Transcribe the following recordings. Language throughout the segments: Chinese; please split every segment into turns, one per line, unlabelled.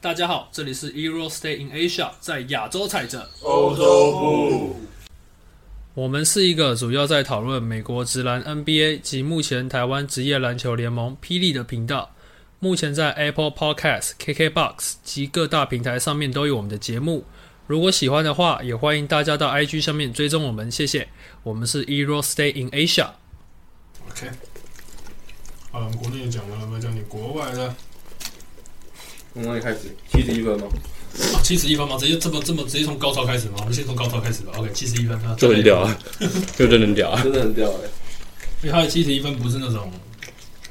大家好，这里是 Euro Stay in Asia，在亚洲踩着。
欧洲部，
我们是一个主要在讨论美国职篮 NBA 及目前台湾职业篮球联盟霹雳的频道。目前在 Apple Podcast、KKBox 及各大平台上面都有我们的节目。如果喜欢的话，也欢迎大家到 IG 上面追踪我们，谢谢。我们是 Euro Stay in Asia。
OK，好了，我们国内也讲完了，我们来讲点国外的。
从哪里开始？七十一分吗？
七十一分吗？直接这么这么直接从高潮开始吗？我们先从高潮开始吧。OK，七十一分，他
就很屌啊，就真的很屌啊，
真的很屌哎、
因为他的七十一分不是那种，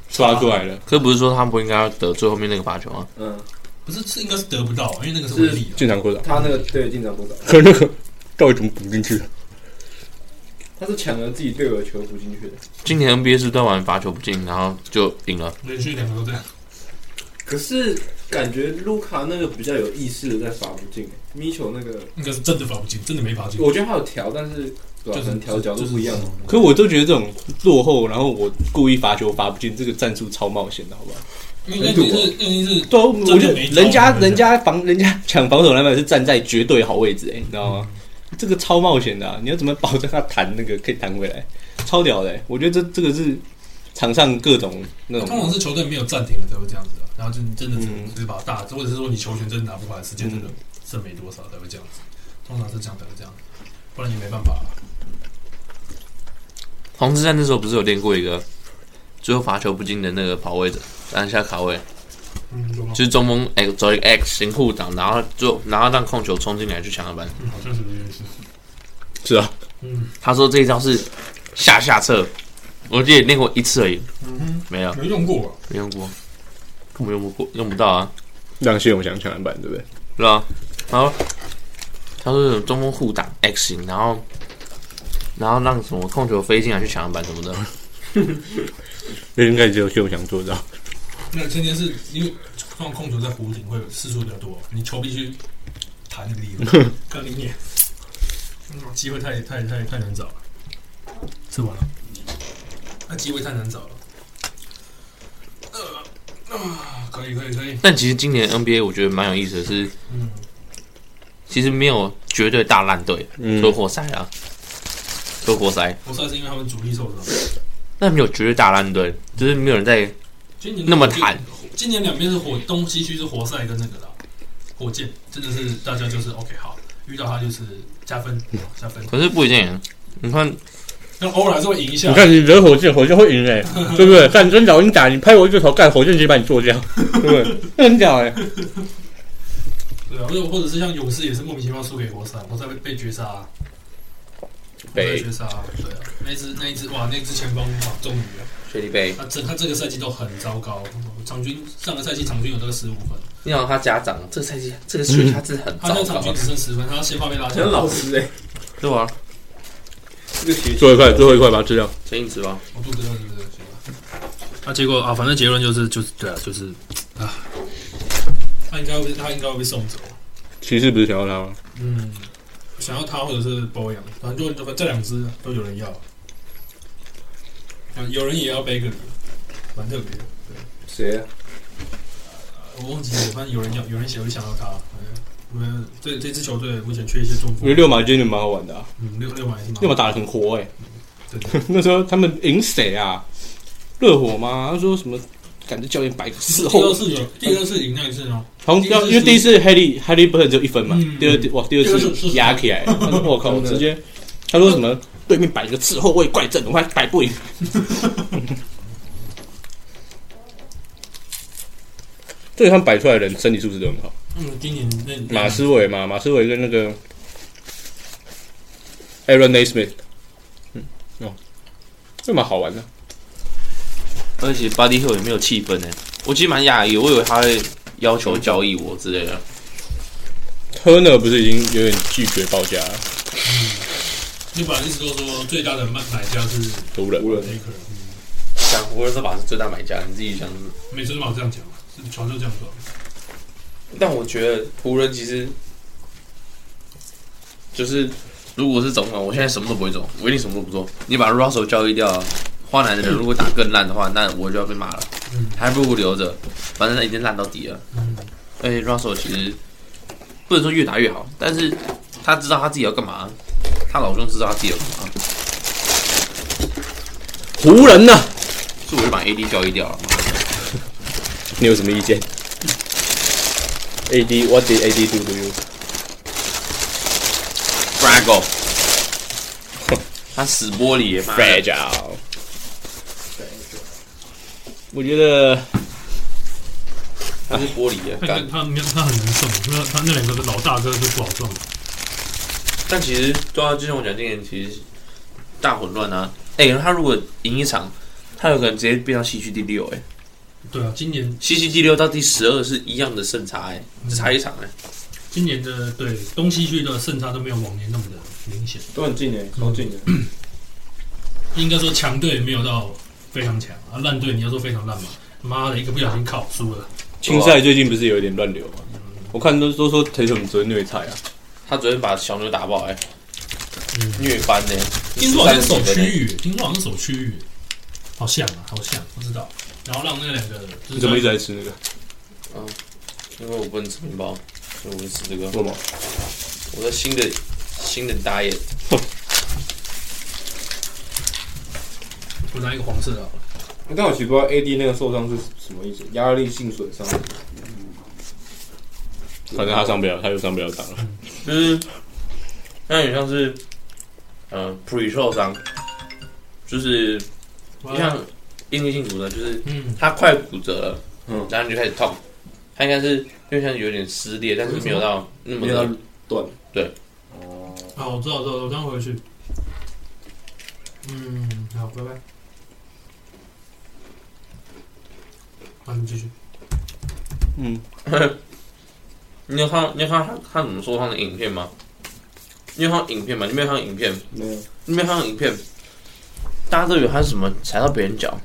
刷出来了。
可不是说他们不应该要得最后面那个罚球吗？
嗯，
不是是应该是得不到，因为啊那个是
是
无力的。
进场过场，
他那个队进场不倒，
可是那个到底怎么补进去的？
他是抢了自己队友的球补进去的。
今年 NBA 是在玩罚球不进，然后就赢了。
连续两个都这样。
可是感觉卢卡那个比较有意识的在罚不进、欸，米球那个
应该是真的罚不进，真的没罚进，
我觉得他有调，但是对吧、可能啊调角度不一样嘛。
可是我都觉得这种落后，然后我故意罚球罚不进，这个战术超冒险的，好不好？
因为那已经是那已经是
对啊，我
真的
我就
没招
人家
真的
人家防人家抢防守篮板是站在绝对好位置、哎，你知道吗？这个超冒险的啊、你要怎么保证他弹那个可以弹回来？超屌的、哎我觉得这这个是场上各种那
通常
种，
是球队没有暂停了才会这样子啊，然后就你真的只
嗯
只把大，或者是说你球权真的拿不回来，时间
嗯
真的剩没多少才会这样子，通常是这样才会这样，不然你没办法啊。
黄之战那时候不是有练过一个最后罚球不进的那个跑位者，按下卡位，
嗯，有吗？
就是中锋 X 走一个 X 型护挡，然后就然后让控球冲进来去抢篮板。
嗯，好像是这件事。
是啊，
嗯，
他说这一招是下下策，我记得练过一次而已，
嗯
没有
哼，没用
啊
过吧？
没用过，根本用不过，用不到啊，
让谢永祥抢篮板，对不对？
是吧？然后他说有中锋护挡 X 型，然后然后让什么控球飞进来去抢篮板什么的。
那应该只有谢永祥做到。
那天天是因为放控球在弧顶会次数比较多，你球必须弹离 了，跟离你，嗯，机会太太太太难找了，吃完了，那机会太难找了。呃啊，可以可以可以，
但其实今年 NBA 我觉得蛮有意思的是，
嗯，
其实没有绝对大烂队，
嗯
都活塞啊，都活塞，
我算是因为他们主力受伤。
但没有绝对大烂队，就是没有人在
今年
那么惨。
今年两边是火东西区是活塞跟那个啦，火箭真的是大家就是 OK 好，遇到他就是加分
嗯
加分，
可是不一定。你看，
但偶尔还是会赢一下
嗯
你。看你惹火箭，火箭会赢哎、对不对？但真找你打，你拍我一个头，干火箭直接把你做掉，对不对？ 那很屌哎、
对啊，或者或者是像勇士也是莫名其妙输给活塞，活塞被被绝杀、啊，被
被
绝杀、啊，对啊，那一支那一支哇，那一支前锋哇，终于啊，
水利杯，
他整他这个赛季都很糟糕，场均上个赛季场均有这个十五分，
你好，他家长这个赛季这个水他真的很
他现在
糟
场均
糕，
只剩十分，他先发被拉下
很
来，
老实哎、
对吧？
这个学习
最后一块，最后一块把它吃掉。
陈英子吧，
我肚子饿是不是？那、结果啊，反正结论就是就是对啊，就是啊，他应该会他应该会被送走。
骑士不是想要他吗？
嗯，想要他或者是包养，反正就这两只都有人要，啊，有人也要 Baker，蛮特别的。
谁啊？
我忘记了，反正有人要，有人也会想要他。我们这这支球队目前缺一些中
我觉得
锋，
六马今天蛮好玩的、啊，
嗯，六六马也是蛮
六马打的很活哎、
对，
那时候他们赢谁啊？热火吗？他说什么？感觉教练摆个事
第
后
二，次有，第二次赢那一次哦，
好像
第二次
因为第一次 Harry Harry 不是只有一分嘛，
嗯
第二哇第二
第二次是
次压起来，他 说我靠，我
真的
直接他说什么对面摆一个次后卫怪阵，我还摆不赢， 这个他们摆出来的人身体素质都很好。
嗯，今年那
马思韦嘛，马思韦跟那个 Aaron Naismith，嗯，哦，这蛮好玩的。
而且 Buddy Hill 也没有气氛呢，我其实蛮讶异，我以为他会要求交易我之类的。
Turner 不是已经有点拒绝报价了
你本来一直都说最大的买买家是
湖人？
湖人
Baker，
想湖人这把是最大买家，你自己想。
每次都老这样讲，是传就这样说。
但我觉得湖人其实就是，如果是总管，我现在什么都不会做，我一定什么都不做。你把 Russell 交易掉，花男的人如果打更烂的话，那我就要被骂了
嗯，
还不如留着，反正已经烂到底了。
嗯，
而且 Russell 其实不能说越打越好，但是他知道他自己要干嘛，他老兄知道他自己要干嘛，
湖人呢？
所以我就把 AD 交易掉了。
你有什么意见？AD What did AD do to you？
Fraggle，他死玻璃耶妈的
哎 fragile。我觉得
他是玻璃耶，
他
干。
他没有他很能送，那他那两个老大哥都不好撞。
但其实对啊，就像我讲，今年其实大混乱啊。哎、他如果赢一场，他有可能直接变到西区第六哎、
对啊，今年
西区第六到第十二是一样的胜差哎、
嗯
只差一场哎、
今年的对东西区的胜差都没有往年那么的明显，
都很近
欸
诶，超近的。
应该说强队没有到非常强啊，烂队你要说非常烂嘛，妈的一个不小心考输了，
青赛最近不是有点乱流吗？我看都都说腿总昨天虐嗯菜啊，
他昨天把小牛打爆哎、
嗯，
虐翻哎、
听说好像守
13
区
几分哎
域，听说好像守区域，好像啊，好像不知道。然后让那两个就
你
是
怎么一直在吃那个？
因为我不能吃面包，所以我就吃这个。
什么？
我的新的新的 diet
我拿一个黄色的好了，
但我其实不知道 AD 那个受伤是什么意思，压力性损伤。
反正他上不了，他又上不了场了。
就是那有点像是呃 pre 受伤，就是就像应力性骨折，就是
嗯，
他快骨折了，
嗯
然后你就开始痛，他应该是就像有点撕裂，但是没有到那么
没有
的
到断。
对。
嗯哦，
好，我知道，知道，我刚回去。嗯，好，拜拜。好，啊你继续。
嗯，
你有看到你有看到他他怎么说他的影片吗？你有看到影片吗？你没有看到影片？
没有。
你没有看到影片？大家都以为他是什么踩到别人脚，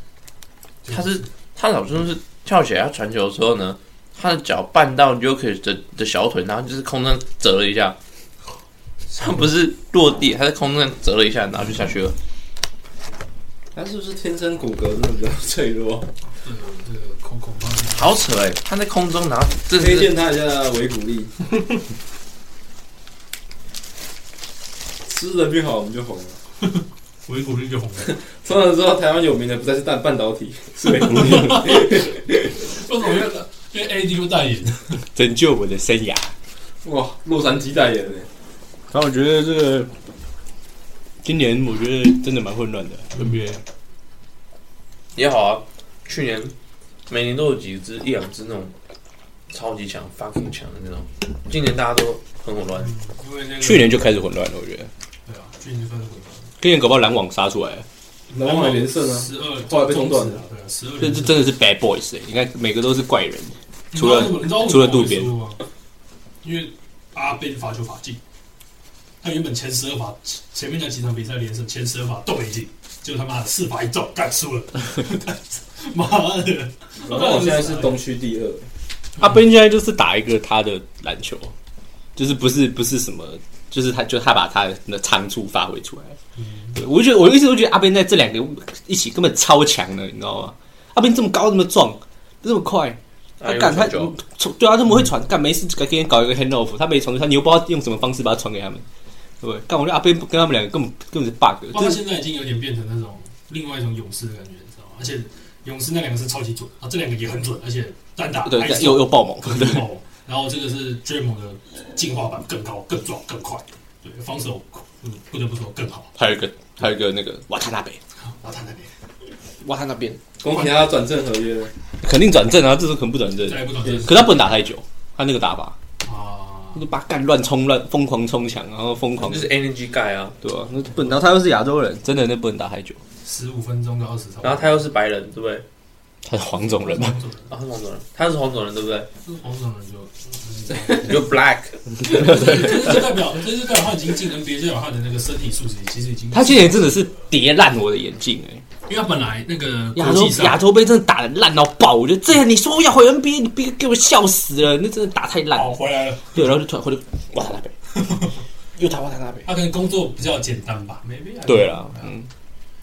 他是他老兄是跳起来要传球的时候呢，他的脚绊到 Jokic 的的小腿，然后就是空中折了一下，他不是落地，他在空中折了一下，然后就下去了。
他是不是天生骨骼真的比较脆弱？
这个这个恐恐怕
好扯哎、他在空中，然后这
推
是
荐他一下维骨力。吃的变好，我们就红了。
维骨力就红了。
从此之后，台湾有名的不再是半半导体，是维骨力。
为什么要的？因为 AD 又代言。
拯救我的生涯。
哇，洛杉矶代言呢？
反正我觉得这个今年我觉得真的蛮混乱的 NBA。
也好啊。去年每年都有几只一两只那种超级强、fucking 强的那种，今年大家都很混乱。
因为那个
去年就开始混乱了，我觉得
对啊，去年就算是
今年搞不好篮网杀出来了，
篮网连胜啊！
十二
后来被中断了
了，对啊，十二
这
连
这
胜。
真的是 bad boys 哎、你看每个都是怪人。除了
你知道为什么
除了渡边
你知道为什么我会输吗，因为阿贝的罚球法进，他原本前十二罚，前面那几场比赛连胜，前十二罚都没进，就他妈的四罚一中，干输了， 妈的！
然后我现在是东区第二，
阿奔现在啊就是打一个他的篮球，就是不是不是什么，就是他就他把他的长处发挥出来。对，我就觉得我一直都觉得阿奔在这两个一起根本超强的，你知道吗？阿奔这么高，这么壮，这么快，他干他
还有传球
对啊，他们会传，干没事给给人搞一个 hand off，他没传，他你又不知道用什么方式把它传给他们，对不对？干我觉得阿奔跟他们两个根本根本是 bug，
哇，他
就是
现在已经有点变成那种另外一种勇士的感觉，你知道吗？而且勇士那两个是超级准，啊，这两个也很准，而且单打
对
还是
又又爆猛， 对
更猛，然后这个是 Dream 的进化版，更高、更壮、更快，对，防守，嗯，不得不说更好。
还有一个还有一个那个瓦塔那贝，
然后他那边
瓦塔那边
恭喜他转正合约了。
肯定转正啊，这次肯不转正，
再也不懂这是
可他不能打太久，他那个打法，
啊
他，就把他干乱冲乱疯狂冲墙，然后疯狂
就是 energy guy 啊，
对啊，那不能，然后他又是亚洲人，真的那不能打太久，
十五分钟到二十场，
然后他又是白人，对不对？
他是黄种人嘛，
黄种人，
啊，他是黄种人，他是黄种人，对不对？
黄种人就，
你就 black，
嗯这就代表，这就代表他已经进 NBA，代表他的那个身体素质其实已经，
他今年真的是跌烂我的眼镜哎、
因为他本来那个
亚
国
洲
际
亚
上，
洲杯真的打的烂到爆，我觉得这样你说要回 NBA，你别给我笑死了，那真的打太烂
哦，
了，
回来了，
对，然后就突然回去哇他那边，又打哇他那边，
他可能工作比较简单吧，maybe，
对了，嗯，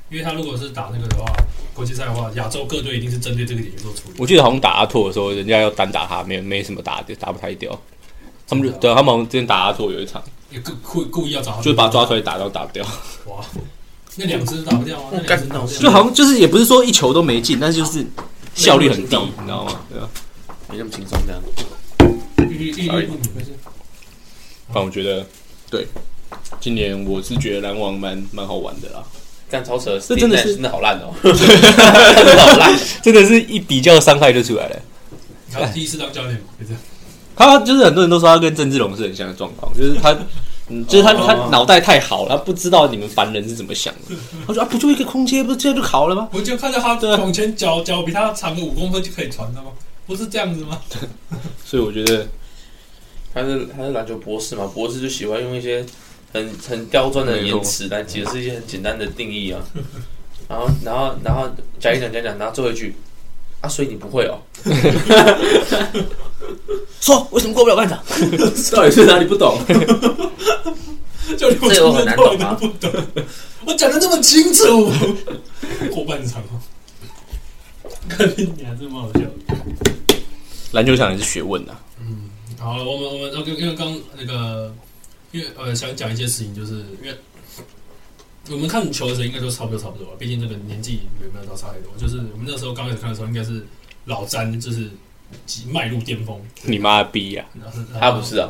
因为他如果是打那个的话，国际赛的话，亚洲各队一定是针对这个点去做处理。
我记得好像打阿拓的时候，人家要单打他，没有没什么打打不太掉。他们就对啊他们好像之前打阿拓有一场，
也故故故意要找他，
就是把他抓出来打到打不掉，
哇，那两只打不掉啊，那两只打不掉，
就好像就是也不是说一球都没进，但是就是效率很低，你知道吗？对啊，
没那么轻松这样。
郁郁郁郁不明，没事
反正我觉得对，今年我是觉得篮网蛮蛮好玩 的啦。
干超扯，
这真的是
真的好烂哦，真的好烂。
真的是一比较伤害就出来了。
他第一次当教练嘛，就是
他就是很多人都说他跟郑志龙是很像的状况，就是他，嗯就是他他脑袋太好了，他不知道你们凡人是怎么想的。他说啊，不就一个空切，不是这样就好了吗？
我就看到他
对啊
往前脚脚比他长个五公分就可以传了吗？不是这样子吗？
所以我觉得
他是他是篮球博士嘛，博士就喜欢用一些很很刁钻的言辞来解释一些很简单的定义啊。然后然后然后讲一讲讲一讲，然后最后一句啊，所以你不会哦？
说为什么过不了半场？
到底是哪里不懂？
教练，我
这个我
从
很难
头到尾
懂
都
啊
不懂，我讲的那么清楚，后半场啊，看你还是蛮好笑的。
篮球场也是学问啊，
好了，我们我们因为因为刚那个，因为呃想讲一些事情，就是因为我们看球的时候应该都差不多差不多吧，毕竟这个年纪也没有到差太多。就是我们那时候刚开始看的时候，应该是老詹就是几迈入巅峰，
你妈逼呀、
然后
他不，是啊，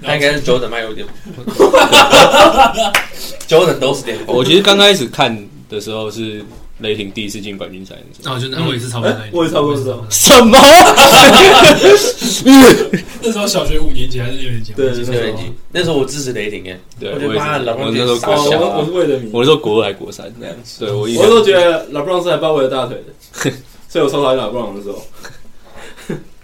然后
他应该是 Jordan 麦有点 ，Jordan 都是巅峰。
哦我其实刚开始看的时候是雷霆第一次进冠军赛的时候。
然后就那我也是差不多那
哎
一年，
我也差不多是这样
多。
什么？
那时候小学五年级还是六年级，
对
我记得
对
六年级那时候我支持雷霆欸诶，
对，
我
我
觉
也
得
是
妈的老
我
公
那时候
直接
国小
杀
啊
了，
我我是为了你，
我那时候国二还国三这样。对我印
我
象
都觉得拉布朗是来抱我的大腿的， 所以我超讨厌拉布朗的时候。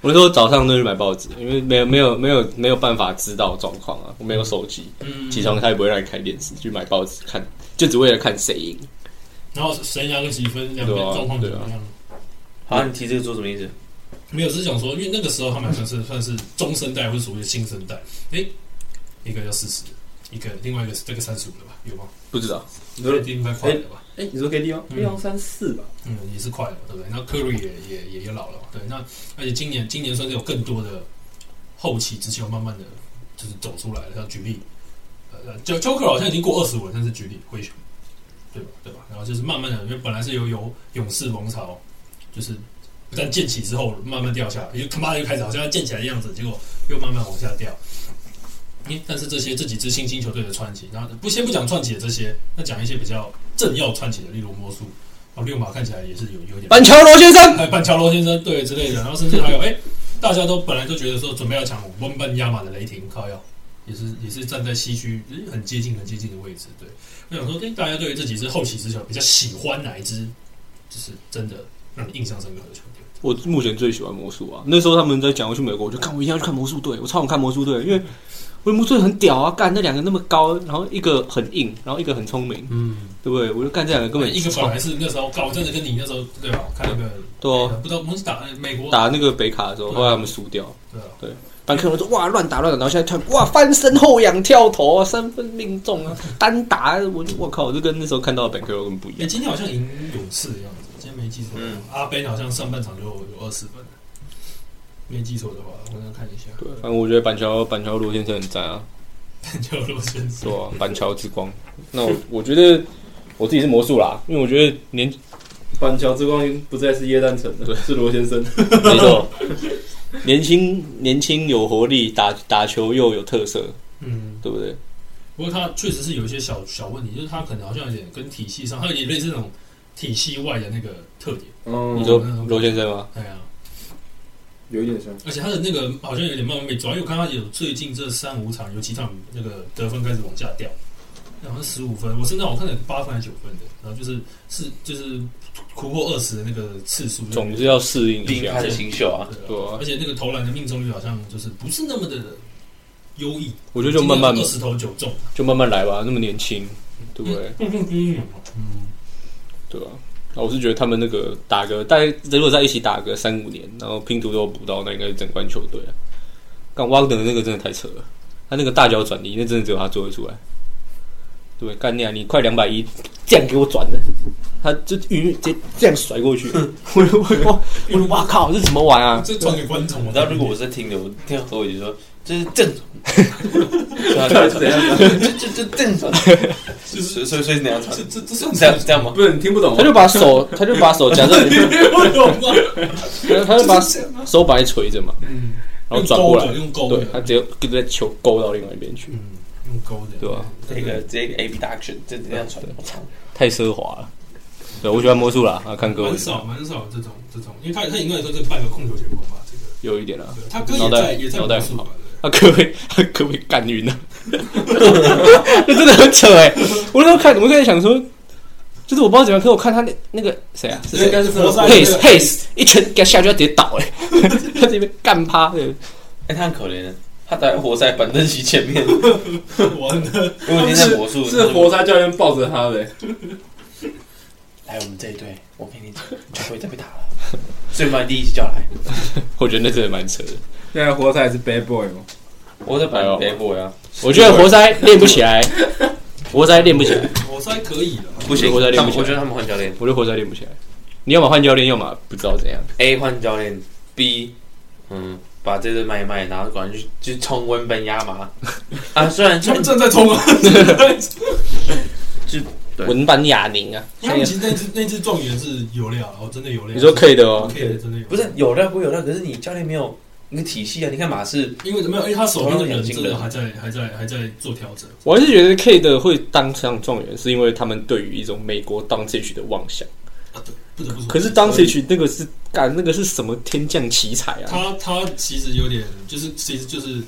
我那时候早上都去买报纸，因为没有没有没有没有办法知道状况啊，我没有手机，
嗯，
起床他也不会让你开电视，去买报纸看，就只为了看谁赢。
然后谁拿个几分，两边
对啊
状况怎么
对
样？
好，你提这个做什么意思？
没有，只是想说，因为那个时候他们好像是算是中生代或者所谓的新生代。诶，一个要四十，一个另外一个是这个三十五的吧？有吗？
不知道，
你
这
说
已，经快快了吧？
哎，你说 KD 吗
嗯
？KD 三四吧，
嗯，也是快了，对不对？那科瑞也也也也老了嘛，对。那而且今年今年算是有更多的后期之球慢慢的就是走出来了。像举例，呃，就 Joker 好像已经过二十五了，但是举例灰熊，对吧？对吧？然后就是慢慢的，因为本来是由由勇士王朝，就是不但建起之后慢慢掉下来，因为他妈的又开始好像要建起来的样子，结果又慢慢往下掉。诶，但是这些这几支新兴球队的串起，然后不先不讲串起的这些，那讲一些比较正要串起的，例如魔术。哦，六马看起来也是有有点
板桥罗先生，
哎，板桥罗先生对之类的，然后甚至还有哎、大家都本来都觉得说准备要抢温班亚马的雷霆，靠要也是也是站在西区诶很接近很接近的位置。对，我想说，哎、大家对于这几支后起之秀比较喜欢哪一支，就是真的让你印象深刻的球队？
我目前最喜欢魔术啊。那时候他们在讲我去美国，我就看我一定要去看魔术队，我超想看魔术队，因为我觉得魔术队很屌啊，干那两个那么高，然后一个很硬，然后一个很聪明，
嗯，
对不对？我就干这两个根本
一个本来是那时候搞，真的跟你那时候对吧？看那个
对哦，
不知道我们是打哎美国
打那个北卡的时候，后来我们输掉。
对啊吧？
班克隆说：“哇，乱打乱打！”然后现在突然哇，翻身后仰跳投啊，三分命中啊，单打！我我靠，我就跟那时候看到的本克隆根本不一
哎、
样。
今天好像赢勇士的样子，今天没记错的话，
嗯
阿贝好像上半场就有二十分，没记错的话，我想看一下。
对，反正我觉得板桥板桥罗先生很赞啊，
就罗先生
对啊，板桥之光。那我我觉得我自己是魔术啦，因为我觉得年
板桥之光不再是耶诞城了，是罗先生。
没错，年轻年轻有活力，打打球又有特色，
嗯，
对不对？
不过他确实是有一些小小问题，就是他可能好像有点跟体系上，他有点类似那种体系外的那个特点。
你
嗯，
说罗先生吗？
哎呀，
有一点像。
而且他的那个好像有点慢慢被抓，因为我看他有最近这三五场有几场那个得分开始往下掉，好像十五分，我甚至我看了八分还是九分的，然后就是是就是突破二十的那个次数，
总之要适应一
毕竟
下
他。的新秀啊，
对
对啊
而且那个投篮的命中率好像就是不是那么的优异，
我觉得就慢慢
二十投九中，
就慢慢来吧，那么年轻，对不对？
嗯嗯。
对吧、啊？我是觉得他们那个打个大概，如果在一起打个三五年，然后拼图都有补到，那应该是整冠球队啊。干沃德那个真的太扯了，他那个大脚转移，那真的只有他做得出来。对，干你啊！你快两百一，这样给我转的，他就鱼直接这样甩过去， 我我我我说哇靠，这怎么玩啊？
这传给观众，我
你知道，如果 我是听的，我听到何伟就说这是正 传，对啊
是怎样？
这这这正传，
就是
所以所以所以是那样传
这，这这算
这样这样吗？
不是你听不懂
他
吗？
就把 手，他就把手，假设你
我懂吗？
他就把
就是这样啊
手摆垂着嘛，
嗯，
然后
用
转过
勾
来
的，，用勾
对他
的，
直接跟着球勾到另外一边去，
嗯，用勾的，
对吧？
这个这个 A B action 这这样传，我操！
太奢华了。对，我喜欢魔术啦，啊，看各位
蛮少蛮少这种这种，因为他他应该也算是半个控球前锋吧，这个
有一点啊啦，
对啊他哥
脑
也
袋
在也在
脑袋
魔
很
术
好
吧，
他可不可以他可不可以啊干晕 呢、啊？这真的很扯哎、我那时候看，我在想说，就是我不知道怎么样，可我看他那那个谁啊，是
对
谁
应？该是活塞
h a s h a s 一拳给他下去，他直接倒哎、 他直接被干趴对，
哎，他很可怜，他打在活塞板凳席前面，
对完了，
如果你在魔术，
是活塞教练抱着他的，
来我们这一队，我跟你讲，就不会再被打了。 所以把你第一期叫来，
我觉得那真的蛮扯的。
现在活塞是 bad boy 吗？
活塞板别我呀，
我觉得活塞练不起来，活塞练不起来，
活塞可 以了，
不行，
活塞
他
练不
们
起
我觉
来，
得他们换教练
我觉得活塞练不起来。你要么换教练，要么不知道怎样。
，A 换教练，B 嗯。把这队卖一卖，然后管去去冲温本亚 马啊！虽然
他
说
们正在冲 啊，
对
文班亚宁啊，
他们其实那只那只状元是有料，然后真的有料，
你说可以的哦，
可以的，真的有料
不是有料归有料，可是你教练没有一个体系啊！你看马刺
因为没有，因为他手边的人真的还在还在还在做调整，
我还是觉得 K 的会当上状元，是因为他们对于一种美国当 C 区的妄想。
啊不得不说。
可是当 C 区那个是干那个是什么天降奇才啊？
他他其实有点，就是其实就是，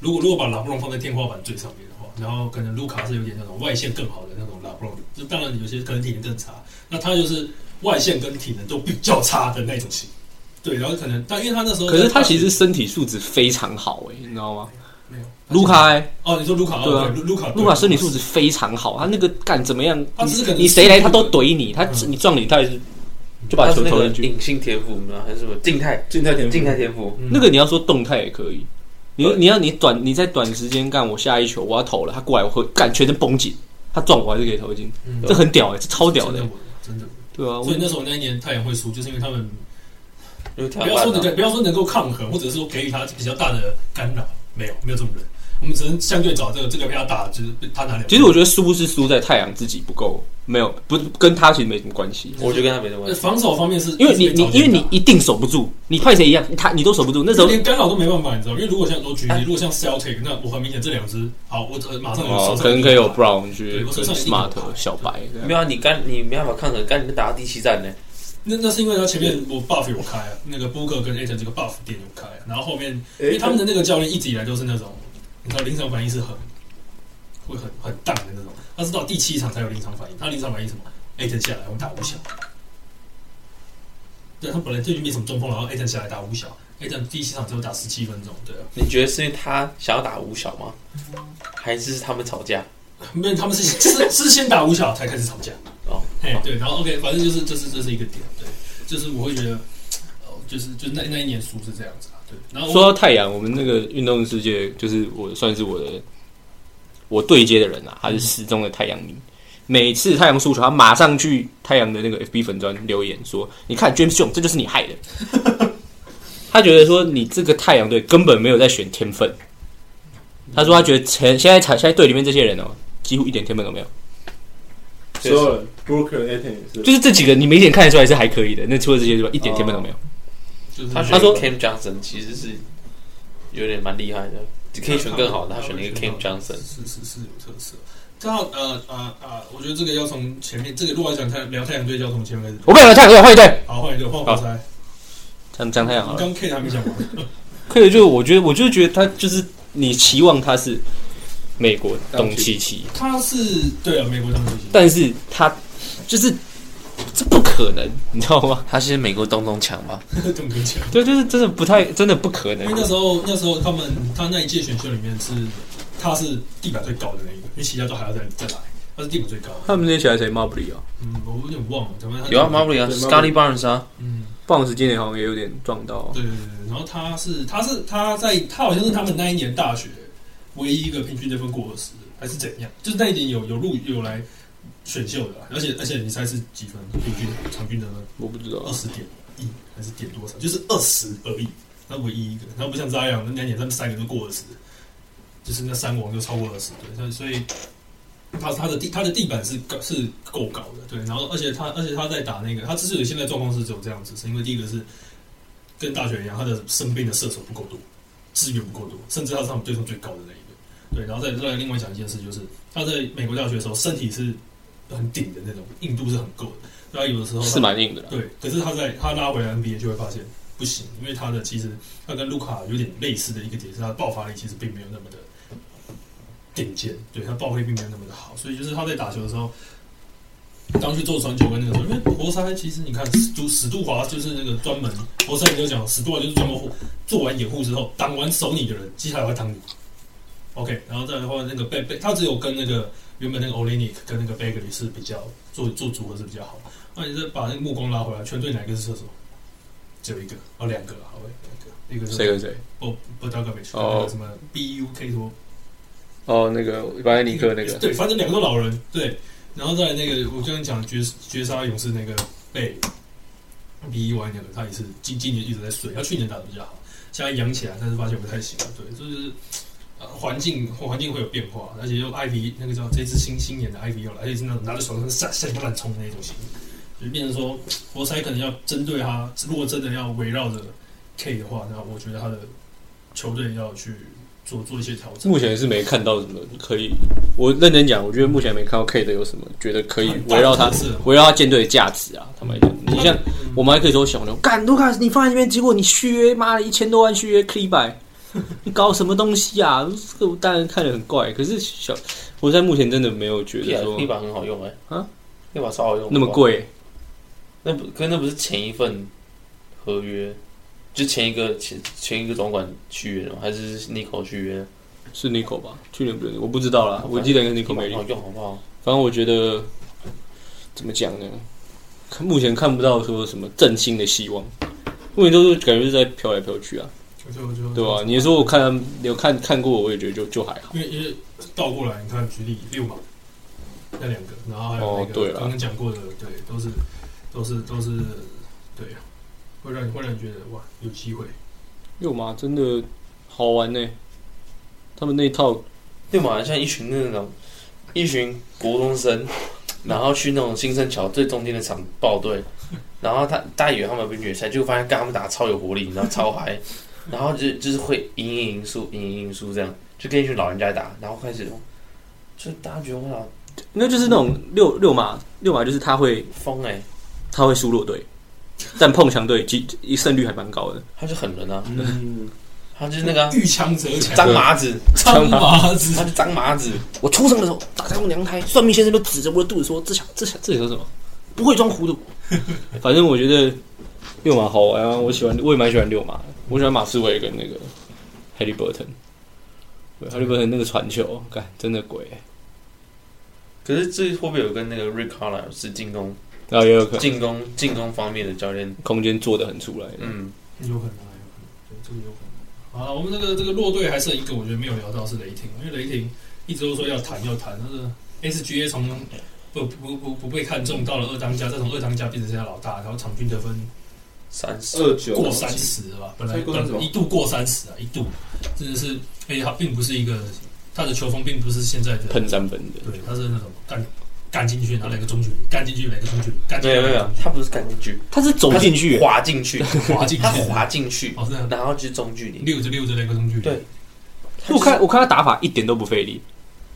如果如果把拉布隆放在天花板最上面的话，然后可能卢卡是有点那种外线更好的那种拉布隆，就当然有些可能体能更差，那他就是外线跟体能都比较差的那种型。对，然后可能，但因为他那时候
可
在大学，
是他其实身体素质非常好诶、你知道吗？
没有
卢卡、欸，
哦，你说卢卡
对啊
卢卢卡
卢卡身体素质非常好，他那个干怎么样？
他只是可能
你谁来他都怼你，他
嗯
你撞你他也是就把
他是
球
那
投
个
进去。
隐性天赋吗？还是什么静态
静态田
静态天赋？
嗯
那个你要说动态也可以，你你要你短你在短时间干，我下一球我要投了，他过来我会干全身绷紧，他撞我还是可以投进，
嗯
这很屌诶、这超屌的、
真
欸
的，真的。
对啊，
所以那时候那一年太阳会输，就是因为他们
有条
不要说
板
能
啊
够，不要说能够抗衡，或者是说给予他比较大的干扰，没有，没有这种人。我们只能相对找这个这个被他打，就是被他拿两分。
其实我觉得输是输在太阳自己不够，没有不跟他其实没什么关系，
我觉得跟他没什么关
呃
系。
防守方面是
因为你
一直被
你
找
因为你
进打
一定守不住，你派谁一样，他你都守不住。那时候
连干扰都没办法，你知道吗？因为如果像我举例，如果像 Celtic，那我很明显这两支好，我呃马上有手上
哦可能可以有
打
Brown 去
对我手
跟
上一定有
Smart
牌
小白，
没有啊，你干你没办法抗衡，干你们打到第七战呢？
那那是因为他前面我 buff 有开啊，那个 Booker 跟 Aton 这个 buff 点有开啊，然后后面因为他们的那个教练一直以来都是那种，你知道临场反应是很会很很淡的那种，他是到第七场才有临场反应，他临场反应是什么？Aton 下来我们打五小，对他本来就已经没什么中锋，然后 Aton 下来打五小，Aton 第七场只有打十七分钟，对啊，
你觉得是因为他想要打五小吗？还是他们吵架？
没有他们是是是先打五小才开始吵架。
哦，
哎，对，然后 OK，反正就是这是这是一个点，对，就是我会觉得，哦，就是就是那那一年输是这样子啊，对，然后我
说到太阳，我们那个运动世界就是我算是我的我对接的人啊，他是失踪的太阳迷。每次太阳输球，他马上去太阳的那个 FB 粉砖留言说：“你看 James Young，这就是你害的。” 他觉得说你这个太阳队根本没有在选天分。他说他觉得前现在场现在队里面这些人哦，几乎一点天分都没有。
所有人 Brooker Aton 也是，
就是这几个你明显看得出来是还可以的，那除了这些之外一点天分都没有。
就是
他
他说
选 Cam Johnson 其实是有点蛮厉害的，你可以选更好的，他选了一个 Cam Johnson。
是是是有特色。这样呃呃呃，我觉得这个要从前面，这个如果要讲太聊太阳队，就要从前面开始。
我不想聊太阳队，换一队，
好，换一个换活塞，
讲讲太阳好
刚
了。
刚 K 还没讲完，
可以，就我觉得，我就觉得他就是你期望他是美国东契奇，
他是对啊，美国当时已经
但是他就是这不可能，你知道吗？
他是美国东东强吧？
这么跟你讲。
对，就是真的不太，真的不可能
因为。那时候那时候他们他那一届选秀里面是他是地板最高的那一个，因为其他都还要再再来，他是地板最高的。
他们那起来谁骂不里啊？
嗯，我有点忘了，咱们
有啊 m a r b l y 啊
对
，Scotty Barnes 啊，
嗯，
棒子今年好像也有点撞到啊。
对对对对，然后他是他是他在他好像是他们那一年大学唯一一个平均得分过二十，还是怎样？就是那一年有有入有来选秀的啊，而且而且你猜是几分平均场均得分？
我不知道啊
二。十点一还是点多少？就是二十而已，那唯一一个，他不像扎样，那两点他们三个都过二十，就是那三王就超过二十，对，所以所以他他的地他的地板是高是够高的，对，然后而且他而呃且他在打那个，他之所以现在状况是只有这样子，是因为第一个是跟大学一样，他的生病的射手不够多，资源不够多，甚至他是他们队中最高的那一个。对，然后再再来另外讲一件事，就是他在美国大学的时候，身体是很顶的那种，硬度是很够的。然后有的时候他
是蛮硬的啦，
对，可是他在他拉回来 NBA 就会发现不行，因为他的其实他跟卢卡有点类似的一个点是，他的爆发力其实并没有那么的顶尖，对他爆发力并没有那么的好，所以就是他在打球的时候，当去做传球跟那个时候，因为活塞其实你看史杜史杜华就是那个专门活塞，你就讲史杜华就是专门护做完掩护之后挡完守你的人，接下来会挡你。OK，然后再来的话，那个贝贝他只有跟那个原本那个 Olenik 跟那个 Bagley 是比较做做组合是比较好。那你再把那个目光拉回来，全队哪一个是射手？只有一个，哦，两个，好，两个，一个
谁
是
跟谁？
不不 d o g o v i c
哦
什么 B U K 多，
哦，那个巴耶尼克那个，
对，反正两个都老人，对。然后再来那个，我刚刚讲绝绝杀勇士那个被 B E Y 那个，他也是今今年一直在睡，他去年打的比较好，现在养起来，但是发现不太行了，对，就是呃环境环境会有变化，而且又 I V 那个叫这支新新年的 I V 又来，而且是那种拿着手上闪闪个乱冲的那种型，就变成说活塞可能要针对他，如果真的要围绕着 K 的话，那我觉得他的球队要去做做一些调整。
目前是没看到什么可以，我认真讲，我觉得目前没看到 K 的有什么觉得可以围绕他
很大的特色
围绕他舰队的价值啊。坦白讲，你像我们还可以说小牛，干卢卡斯你放在那边，结果你续约，妈的一千多万续约 K 百，你搞什么东西啊？这个我当然看得很怪，可是小我在目前真的没有觉得说
一把很好用哎、
啊，
一把超好用，
那么，贵，
那不跟那不是前一份合约，就前一个前前一个总管续约的吗？还是 n i c o 续约的？
是 n i c o 吧？去年不是我不知道啦，我记得跟 n i c o 没
一
联
把很好用好不好？
反正我觉得怎么讲呢？看目前看不到说什么振兴的希望，目前都是感觉是在飘来飘去啊，
就就
对吧、啊你说我看你有看看过，我也觉得就就还好。
因为因为倒过来，你看举例六嘛，那两个，然后还
哦
有那
对
个
啦
刚刚讲过的，对，都是都是都是对啊，会让你会让你觉得哇有机会，
六马真的好玩呢、他们那一套
对嘛？像一群那种一群国中生，然后去那种新生桥最中间的场报队，然后他大家以为他们被虐菜，结果发现干他们打得超有活力，然后超嗨，然后就就是会赢赢赢输赢赢赢输这样，就跟一群老人家打，然后开始就大家觉得哇
那就是那种六六马六马就是他会
疯哎、
他会输弱队，但碰强队几一胜率还蛮高 的。
他就狠人啊，
嗯，
他就是那个啊
遇强则强，
张麻子，
张麻子
他，就张麻子，
我出生的时候打在我娘胎，算命先生都指着我的肚子说：“这小这小这里说什么？不会装糊涂。” 反正我觉得六马好玩啊，我喜欢，我也蛮喜欢六马的。我喜欢马思维跟那个 Harry Burton。对，Harry Burton 那个传球，干真的鬼、
可是这会不会有跟那个 Rick Carlisle 是进攻
然后也有可能
进攻进攻方面的教练？
空间做的很出来。
嗯。
有可能啊，有可能，对，这个有可能。好了，我们这个这个弱队还剩一个，我觉得没有聊到是雷霆，因为雷霆一直都说要谈要谈，那个 SGA 从不不不不被看中到了二当家，再从二当家变成现在老大，然后场均得分
三十，
二九
过三十了吧，本来
才过30吗
一度过三十啊，一度真的是，而且他并不是一个 他的球风并不是现在的，
喷三分的，
对，他是那种干干进去，然后来个中距离，干进去来个中距离，干进
没
去
有
来
没
个
有
中，距
他不是干进去，
他是走进去、
他是滑进去，
离， 滑进去
他，滑进去，
哦，是那样
然后就是中距离。
溜着溜着来个中距离，
对
我看我看他打法一点都不费力，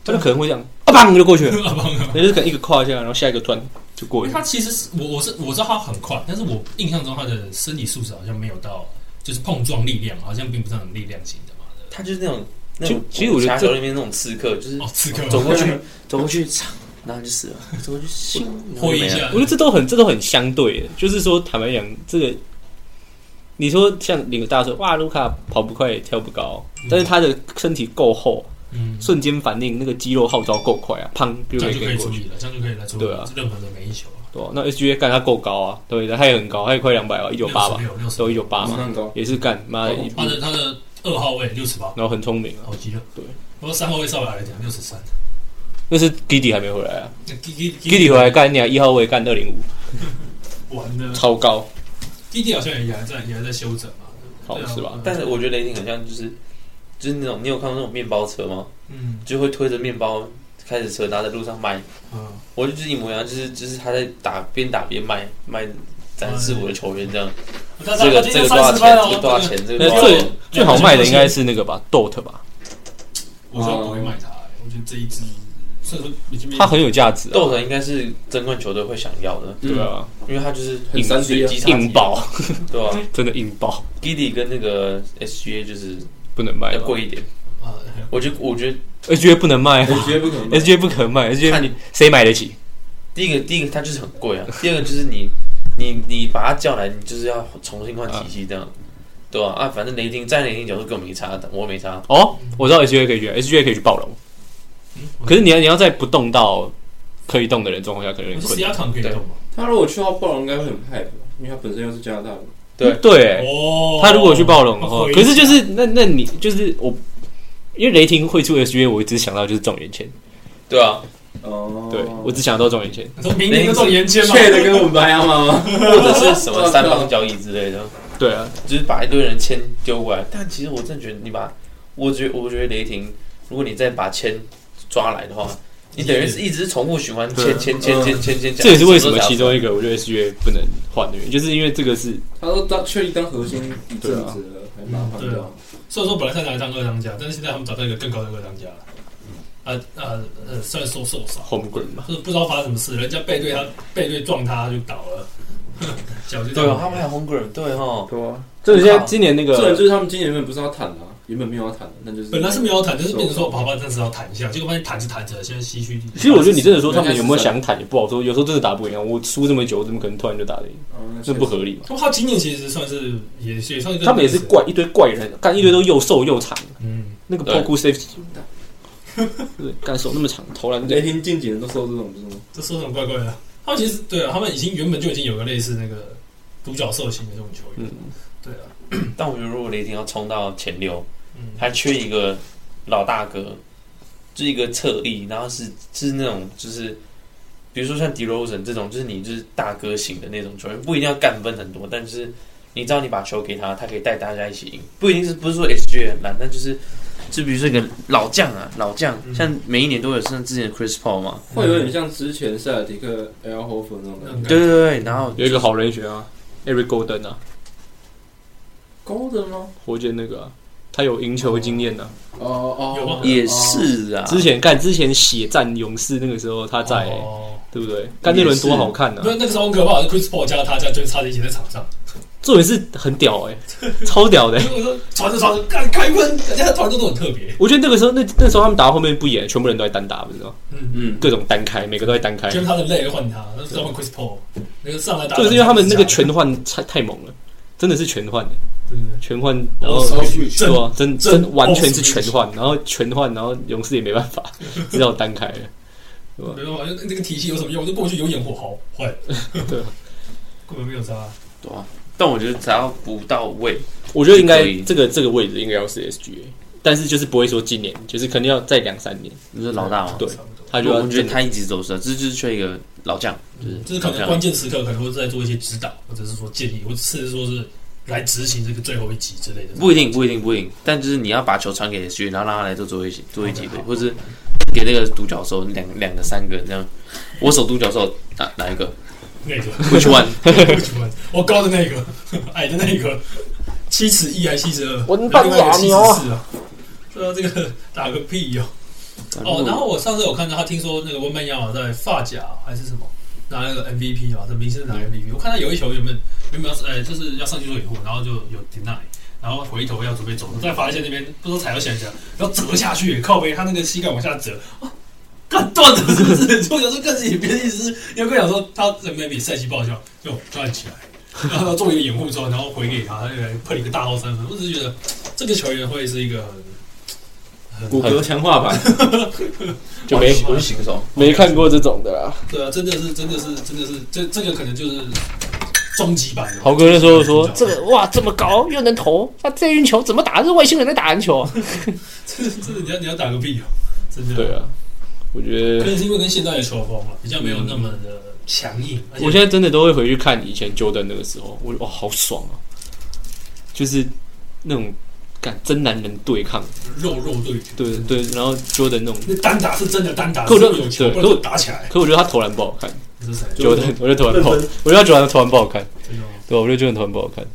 他就可能会这样，啊 砰就过去了，
阿邦啊。
也就是可能一个胯下，然后下一个突然就过
因为
去。
他其实是我我是我知道他很快，但是我印象中他的身体素质好像没有到，就是碰撞力量好像并不是很力量型的嘛。
他就是那种那种，
其实我觉得这
球里面那种刺客，就是
哦，刺客
走过去，走过去，嚓然后就 死了，走过去，咻然后
挥
就没
一
了
下
我，觉得这都很这都很相对的，就是说，坦白讲，这个你说像领个大家说，哇，卢卡跑不快，跳不高，但是他的身体够厚，
嗯，
瞬间反应那个肌肉号召够快啊，砰就可
这样
以
就
跟
可以处
过去。
理了，这样就可以来处理
对啊
任何的每一球啊。
对啊、那 S G A 干他够高啊，对，他也很高，他也快两百啊，一九八吧，
六十
都
六
一九八嘛，
很高，
也是干妈的一步
哦他，的他的二号位六十八，
然后很聪明啊，
好极了。
对，
不过三号位稍微矮一点，六十三。
那是 Giddy 还没回来啊
那 Gigi
，Giddy 回来干你啊，一号位干二零五，
完了
超高，
，Gigi 好像也还在也还在休整嘛，
好
对啊
是吧？？
但是我觉得雷霆很像就是就是那种你有看过那种面包车吗？
嗯
就会推着面包开着车，然后在路上卖。
嗯，
我就就是一模一样，就是就是他在打边打边卖卖展示我的球员这样。
但
这
是
个
哎他
这
今天
个多
三
少
十分？哦
钱这个多少？钱？这个
那
多少
最
钱？
最
啊
好卖的应该是那个吧，Dot 吧，
我觉得不会买它，欸我觉得这一只算是已经没
它很有价值、啊，
豆的应该是争冠球队会想要的，
对啊，
因为他就是
很
硬
三 D 啊
嗯
随机差
硬爆，
对吧、
真的硬爆，
g i d y 跟那个 SGA 就是
不能卖
要
了
贵一点，
啊，
我觉得我觉得
，SGA 不能卖啊
我 觉得不可能买。
，SGA 不可能卖
看
，SGA
你
谁买得起？
第一个第一个他就是很 贵啊，第二个就是你你你把他叫来，你就是要重新换体系这样，对吧、啊？反正雷霆在雷霆角度跟我没差，我没差，
哦，我知道 SGA 可以去，SGA 可以去暴龙，
嗯
可是你要你要在不动到可以动的人状况下，可能有点
我是
困
西
难。
雅康可以
对
动吗？
他如果去到暴龙，应该会很害怕，因为他本身又是加拿大人。
对
对，
哦
他如果去暴龙的话
哦，
可是就是那那你就是我，因为雷霆会出 SGA，我只想到就是状元签，
对啊，
哦
对我只想到状元签。
你说明年就中年签吗？
确的跟我们白羊妈吗？
或者是什么三方交易之类的，
对啊，
就是把一堆人签丢过来。但其实我真的觉得你把，我觉我觉得雷霆，如果你再把签抓来的话，你等于是一直重复循环
对
签签签
嗯
签签签，
这也是为什么其中一个我觉得 SGA 不能换的原因，就是因为这个是
他都当确立当核心一阵子了，还麻烦
对
掉
啊。虽然说本来是拿来当二当家，但是现在他们找到一个更高的二当家了。啊啊呃，虽然说受伤，
homegrown 嘛，
就是不知道发生什么事，人家背对他背对撞他就倒了，脚就
对
这
啊
样，
他们还有 Hunger 对哈，
对啊，
就是现在今年那
这人
个
就是他们今年原本不是要谈的啊，原本没有要谈的，那就是
本来是没有谈，就是变成说，好吧，暂时要谈一下，结果发现谈着谈着，现在西区。
其实我觉得你真的说他们有没有想谈也不好说，有时候真的打不赢啊。我输这么久，怎么可能突然就打得赢？
哦，那确
这
实
不合理嘛。
他今年其实算是也也算是
他们也是，怪一堆怪人，干一堆都又瘦又长，
嗯，
那个
对
Poku Safety，对，干手那么长，投篮
雷
对，
霆近几年都受这种，不是吗？
这说什么怪怪的？他们其实对啊，他们已经原本就已经有个类似那个独角兽型的这种球员，
嗯，
对啊，
但我觉得如果雷霆要冲到前六，
嗯，
他缺一个老大哥，就是一个侧翼，然后是是那种就是，比如说像 d e r o s e n 这种，就是你就是大哥型的那种球员，不一定要干分很多，但是你知道你把球给他，他可以带大家一起赢，不一定是不是说 SG 很烂，但就是就比如说一个老将啊，老将，
嗯
像每一年都有，像之前的 Chris Paul 嘛，
会有点像之前塞尔提克 L Hofer 那种感觉。
对对对，然后
嗯有一个好人选啊，Eric Golden 啊，
高的吗？
火箭那个啊，他有赢球经验啊的。
哦哦，
有吗
也是啊，
之前干之前血战勇士那个时候他在，
哦
对不对？干那轮多好看啊
那！那个时候很可怕，Chris Paul 加他加 j a 差点一起在场上，
重点是很屌哎、 超屌的、欸
因为我说传着传着，干开分，人家的团队都很特别，
我觉得那个时候，那那时候他们打到后面不演，全部人都在单打，不知道
嗯，
嗯，
各种单开，每个都在单开。
就是
就
他的累换他，那是他们 Chris Paul 那个上 来打，
是因为他们那个全换太太猛了，真的是全换、
对对对
全换，然后
哦
对啊，真
真
真完全是全换，然后全换，然后勇士也没办法， 只好单开了。
没办法，那个体系有什么用？我就过去有眼火好坏，
对啊，
根本没有差。
对啊，但我觉得只要不到位，
我觉得应该
可以
这个这个位置应该要是 SGA，但是就是不会说今年，就是肯定要再两三年，
你说老大嘛，
对
差不多
他就要
我觉得他一直都是啊，这就是缺一个老将，就是
就是可能关键时刻可能会在做一些指导，或者是说建议，或者是说是来执行这个最后一集之类的。
不一定，不一定，不一定。但就是你要把球传给 SG，然后让他来做做一起做一起队，
好
或者是给那个独角兽两两个三个这样。我守独角兽哪 哪一个
那个
？Which one？
为什么我高的那个，矮的那个，七尺一还七尺二，
我能帮你啊
七
你
尺
哦
四啊。对啊，这个打个屁哟、哦，然后我上次有看到他，听说那个温班亚马在发甲还是什么拿了个 MVP 嘛，这明星是拿 MVP。我看他有一球原本原本要呃、就是要上去做掩护，然后就有 deny，然后回头要准备走，在罚线那边不知道踩到谁谁，然后折下去，靠背他那个膝盖往下折，啊，干断了是不是？就想说更是也别意思，因为更想说他 maybe 赛季报销就站起来。然后他做一个掩护之后，然后回给他，他就来喷一个大号三分。我只是觉得这个球员会是一个很
骨
骨
骼
骼
强化版，
就没
我是新手，
没看过这种的啦。
对啊，真的是，真的是，真的是，这这个可能就是终极版的。
豪 哥那时候说
你：“知
这
道吗
个哇，这么高又能投，那这运球怎么打？这是外星人在打篮球、啊。
啊这这你要你要打个屁哦，真的。
对啊，我觉
可
得
能是因为跟现在的球风啊，比较没有那么的强硬。而且
我现在真的都会回去看以前 Jordan 那个时候，我哇好爽啊！就是那种感真男人对抗，
肉肉对决，
对对，然后 Jordan 那种，
那单打是真的单打，
可
是
我就
有球，
对
不
可
然
我
就打起来。
可我觉得他投篮不好看
这是谁？
，Jordan 我觉得投篮不好，
认
我觉得他 Jordan 投篮不好看，
真的吗？
对吧？我觉得 Jordan 投篮不好看，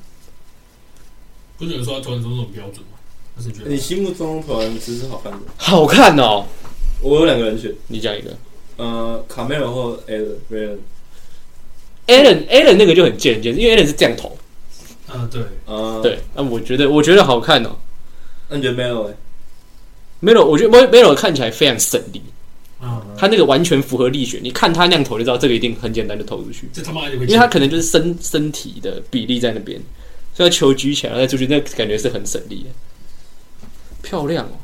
不是有人说他投篮中那种标准吗？但是觉得
你心目中投篮姿势好看的？
好看哦！
我有两个人选，
你讲一个
呃，卡梅隆或 Allen Allen。
，Allen Allen 那个就很贱很贱，因为 Allen 是这样投，
嗯，对，
呃，，
对，那我觉得我觉得好看哦。
那你觉得没 有？哎，
Melo，我觉得 Melo 看起来非常省力，
嗯，
他那个完全符合力学，你看他那样投就知道，这个一定很简单就投出去。
这他妈就会进，
因为他可能就是身身体的比例在那边，所以他球举起来然后再出去，那感觉是很省力的，漂亮哦。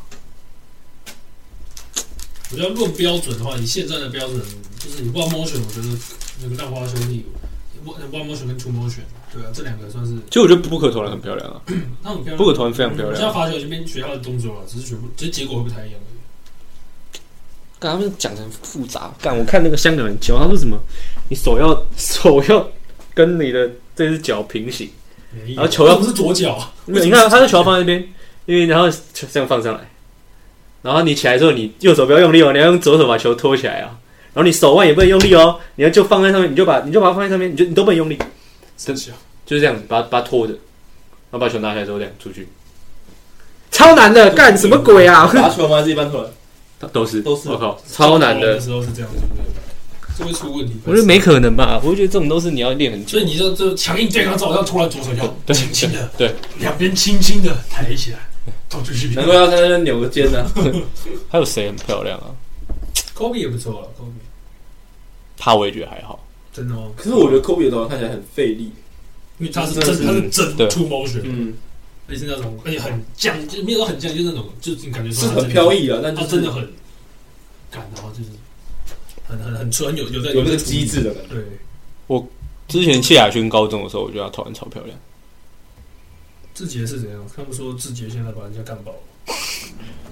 我觉得论标准的话，以现在的标准，就是你 one motion，我觉得那个浪花兄弟，one one motion 跟 two motion，对啊，这两个算是
其实我觉得布克投篮很漂亮啊，
那很漂亮。
布克投篮非常漂
我现在
亮。啊
罚球已经变学他的动作了，只是全部，只是结果会不太一样而已。
刚他们讲的很复杂，干我看那个香港人教，他说什么，你手要手要跟你的这只脚平行，
没有
然后球要
不是左脚，啊
没有你看他的球放在那边，因为然后球这样放上来，然后你起来之后，你右手不要用力哦，你要用左手把球托起来啊。然后你手腕也不能用力哦，你要就放在上面，你就把你就把它放在上面，你就你都不能用力，
真小，
就是这样，把把它拖着，然后把球拿下来之后这样出去，超难的，干什么鬼啊？
打球吗？还是一般投篮？
都是
都是
我靠，超难
的
的，
时候是这样，对不对？这会出问题。
我觉得没可能吧？我觉得这种都是你要练很久
所以。你就就强硬对抗照，像突然左手跳，
对
轻轻的，
对，
两边轻轻的抬起来，投出去。
难怪要在那边扭个肩呢。啊
还有谁很漂亮啊？
科比也不错啊，科比
他我也觉得还好，
真的哦，
可是我觉得科比的投篮看起来很费力。
因为他是
真的
真
是
他是真
对
two motion，
嗯，
而且是那种而且很犟，就没有到很犟，就是那种就是你感觉
是
说他
很
真的
飘，逸啊，但就
他
是
真的很敢，然后就是很很很纯，有有在
有那个机，制的感觉。
对，
之前谢亚轩高中的时候，我觉得他投篮超漂亮。
志杰是怎样？他们说志杰现在把人家干爆了，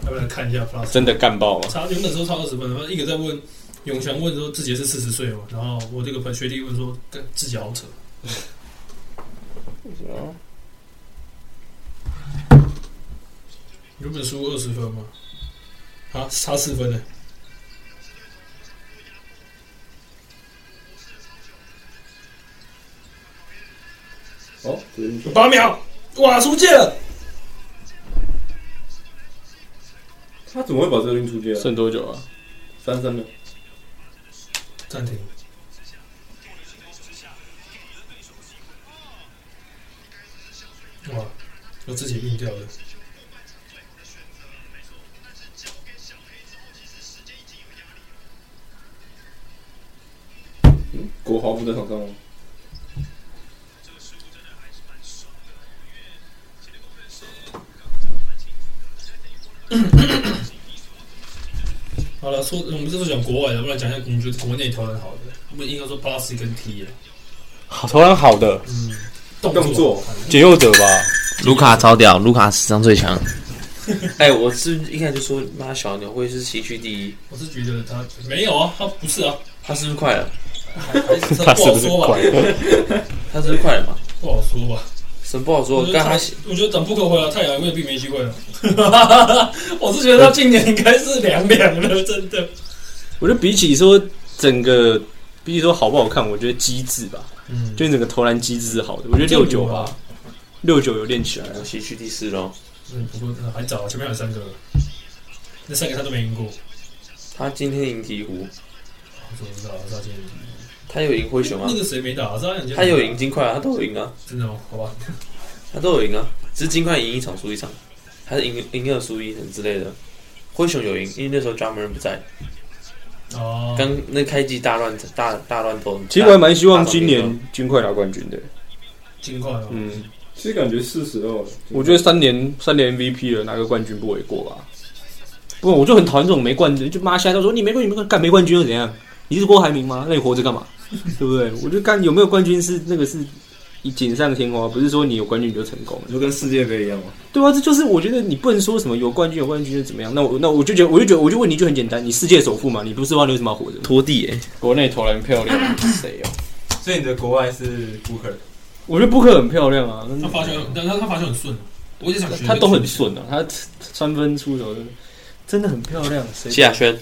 要不然看一下 plus
真的干爆吗？
差原本时候差二十分，然后一个在问永强问说志杰是四十岁嘛，然后我这个朋学弟问说跟志杰好扯，原本输二十分嘛，啊差四分呢、
哦，对
有八秒，哇出界了，
他怎么会把这个拎出去啊？
剩多久啊？
三三秒，
暂停。哇，有自己运掉的，
嗯国豪不在场上吗？
好了，说我们这次讲国外的，不然讲一下我们觉得国内投篮好的。我们应该说 plus 跟 T 啊，
好投篮好的
嗯，动
动作
解忧者吧，
卢卡超屌，卢卡史上最强。 哎，我是不是一开始就说，妈小牛会是西区第一，
我是觉得他没有啊，他不是 啊，
他是不是快了？
还还是
他是
不好
不是
说吧
快，？
他是不是快了嘛？
不好说吧。
什么不好说
我，觉得
但他
他，我觉得等布克回啊来，太阳未必没机会啊了。我是觉得他今年应该是凉凉了，真 的。
我觉得比起说整个，比起说好不好看，我觉得机制吧，
嗯，
就整个投篮机制是好的。我觉得六九吧，，六九有练起来了。
西区第四喽。
嗯，不过还早，前面还有三个，那三个他都没赢过。
他今天赢鹈鹕，
我怎么知道？他今天
他有赢灰熊啊
那，个谁没打？张远杰
他有赢，金块啊，他都有赢啊，
真的吗？好吧，
他都有赢啊，只是金块赢一场输一场，还是赢赢二输一什么之类的。灰熊有赢，因为那时候 j a m e r 不在，
哦，
刚那开季大乱大大乱斗。
其实我还蛮希望今年金块拿冠军的。
金块哦，
嗯，
其实感觉是时候了。
我觉得三连三连 MVP 了，拿个冠军不为过吧？不，我就很讨厌这种没冠军，就妈现在都说你没冠军，没冠军干没冠军又怎样？你是郭台铭吗？那你活着干嘛？对不对？我就干有没有冠军是那个是你锦上添花，不是说你有冠军你就成功了。
就跟世界杯一样嘛。
对啊，这就是我觉得你不能说什么有冠军有冠军就怎么样。那我那我就觉得我就觉得我就问你就很简单，你世界首富嘛，你不是的话你为什么要活着？
拖地哎、
国内投篮漂亮， 谁哦？
所以你的国外是 Booker，
我觉得布克很漂亮啊，
他发球，但他他发球很顺啊，我一直想学。
他都很，顺啊，他三分出手真的真的很漂亮。谁？
谢亚轩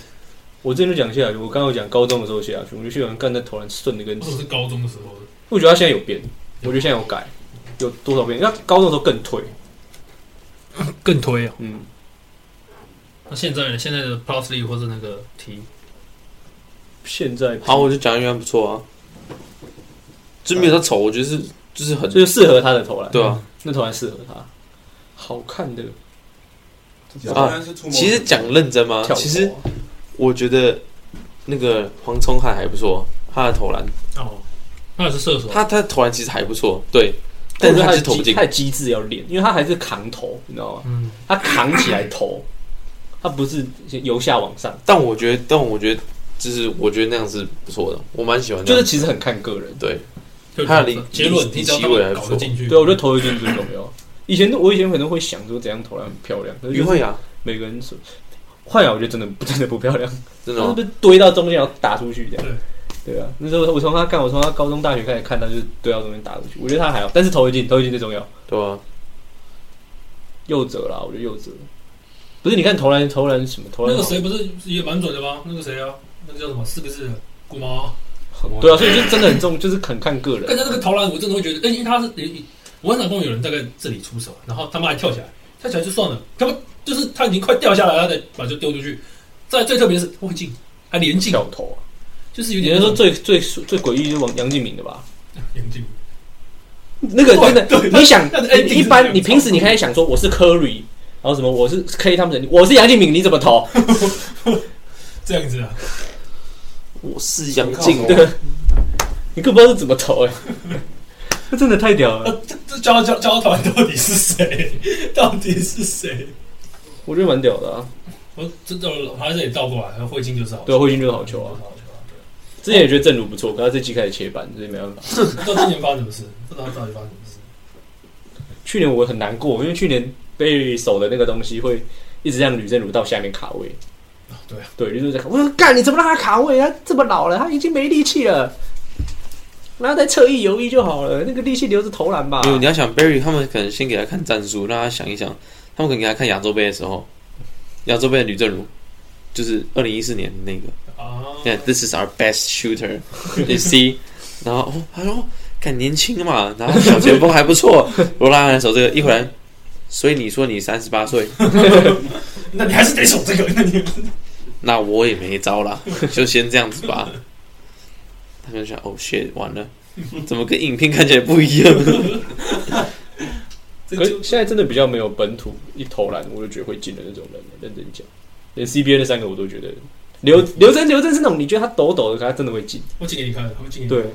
我之前就讲谢亚轩，我刚刚有讲高中的时候谢亚轩，我觉得谢亚轩干在投篮顺的跟
或，者是高中的时候的，
我觉得他现在有变，我觉得现在有改，有多少变？因为他高中的时候更退，
更推啊。
嗯，
那现在呢？现在的 Plus Lee 或者那个 T，
现在
好，我就讲一元不错啊，就没有他丑，我觉得是就是很
就是适合他的投篮，
对啊。
那投篮适合他，好看的
啊其实讲认真吗？
跳投啊
其实我觉得那个黄聪汉还不错，他的投篮，
哦，那也是射手。
他他的投篮其实还不错，对，但是
我觉得他
他就
的
投不
机
进
他。的机制要练，因为他还是扛投，你知道吗？
嗯，
他扛起来投，他不是由下往上，
但我觉得，但我觉得就是我觉得那样是不错的，我蛮喜欢这
就
样。
是其实很看个人。
对，
就
他的零
结论
零
你只要
七位还
他
不
搞
错
得进去，
对，我觉啊得投一进最重要。以前我以前可能会想说怎样投篮很漂亮，可是
于
就是
慧雅
每个人是换雅，我觉得真的不真的不漂亮，
真的
他是
吗
不？是堆到中间然后打出去这样？对啊，那时候我从他看，我从他高中、大学开始看，他就是堆到中间打出去。我觉得他还好，但是投一进，投一进最重要。
对啊，
右折啦，我觉得右折。不是，你看投篮，投篮什么？投
那
篮
个
好
谁不是也蛮准的吗？那个谁啊，那个叫什么四个字的古毛啊，
对啊，所以就真的很重，就是很看个人。
但是那个投篮我真的会觉得，哎，因为他是连我很少看到有人大概这里出手，啊然后他妈还跳起来，跳起来就算了，他妈就是他已经快掉下来了，他再把球丢出去。再最特别是会进，还连进，
跳投啊，
就是有
你
点
是说最最最诡异就是王杨敬敏的吧？
连进。
那个真
对
的，你想
那个 ending
你一
是这
般
样
你平时你开始想说我是 Curry，然后什么我是 K 他们的，我是杨敬敏，你怎么投？
这样子啊，
我是杨静，
对，你更不知道是怎么投哎、 那真的太屌了，
这这教教教团到底是谁？到底是谁？
我觉得蛮屌的啊。
我这到还是得倒过来，会进就是好球，
对，霍金就是好球啊
好。球
之前也觉得正如不错，可他这季开始切板，所以没办法。
啊！到今年发生什么事？不知道到底发生什么事。
去年我很难过，因为去年被手的那个东西会一直让吕正如到下面卡位。
对啊，
对，吕正如在卡，我说干，你怎么让他卡位？他这么老了，他已经没力气了，让他再侧翼游移就好了，那个力气留着投篮吧。
没有你要想 Barry 他们可能先给他看战术，让他想一想，他们可能给他看亚洲杯的时候，亚洲杯的吕正如就是二零一四年的那个。
啊，
Yeah, this is our best shooter. You see，然 后哦，他说，看年轻嘛，然后小前锋还 不错。罗拉人手这个一回来，所以你说你三十八岁，
那你还是得守这个，那你
那我也没招 啦，就先这样子吧。他就想，哦，shit，完了，怎么跟影片看起来不 一样？
这
可
就是
现在真的比较没有本土一投篮我就觉得会进的那种人了，认真讲，连 CBA 那三个我都觉得刘刘真刘真是那种你觉得他抖抖的，可他真的会进。
我进给你看，我进给你看。
对，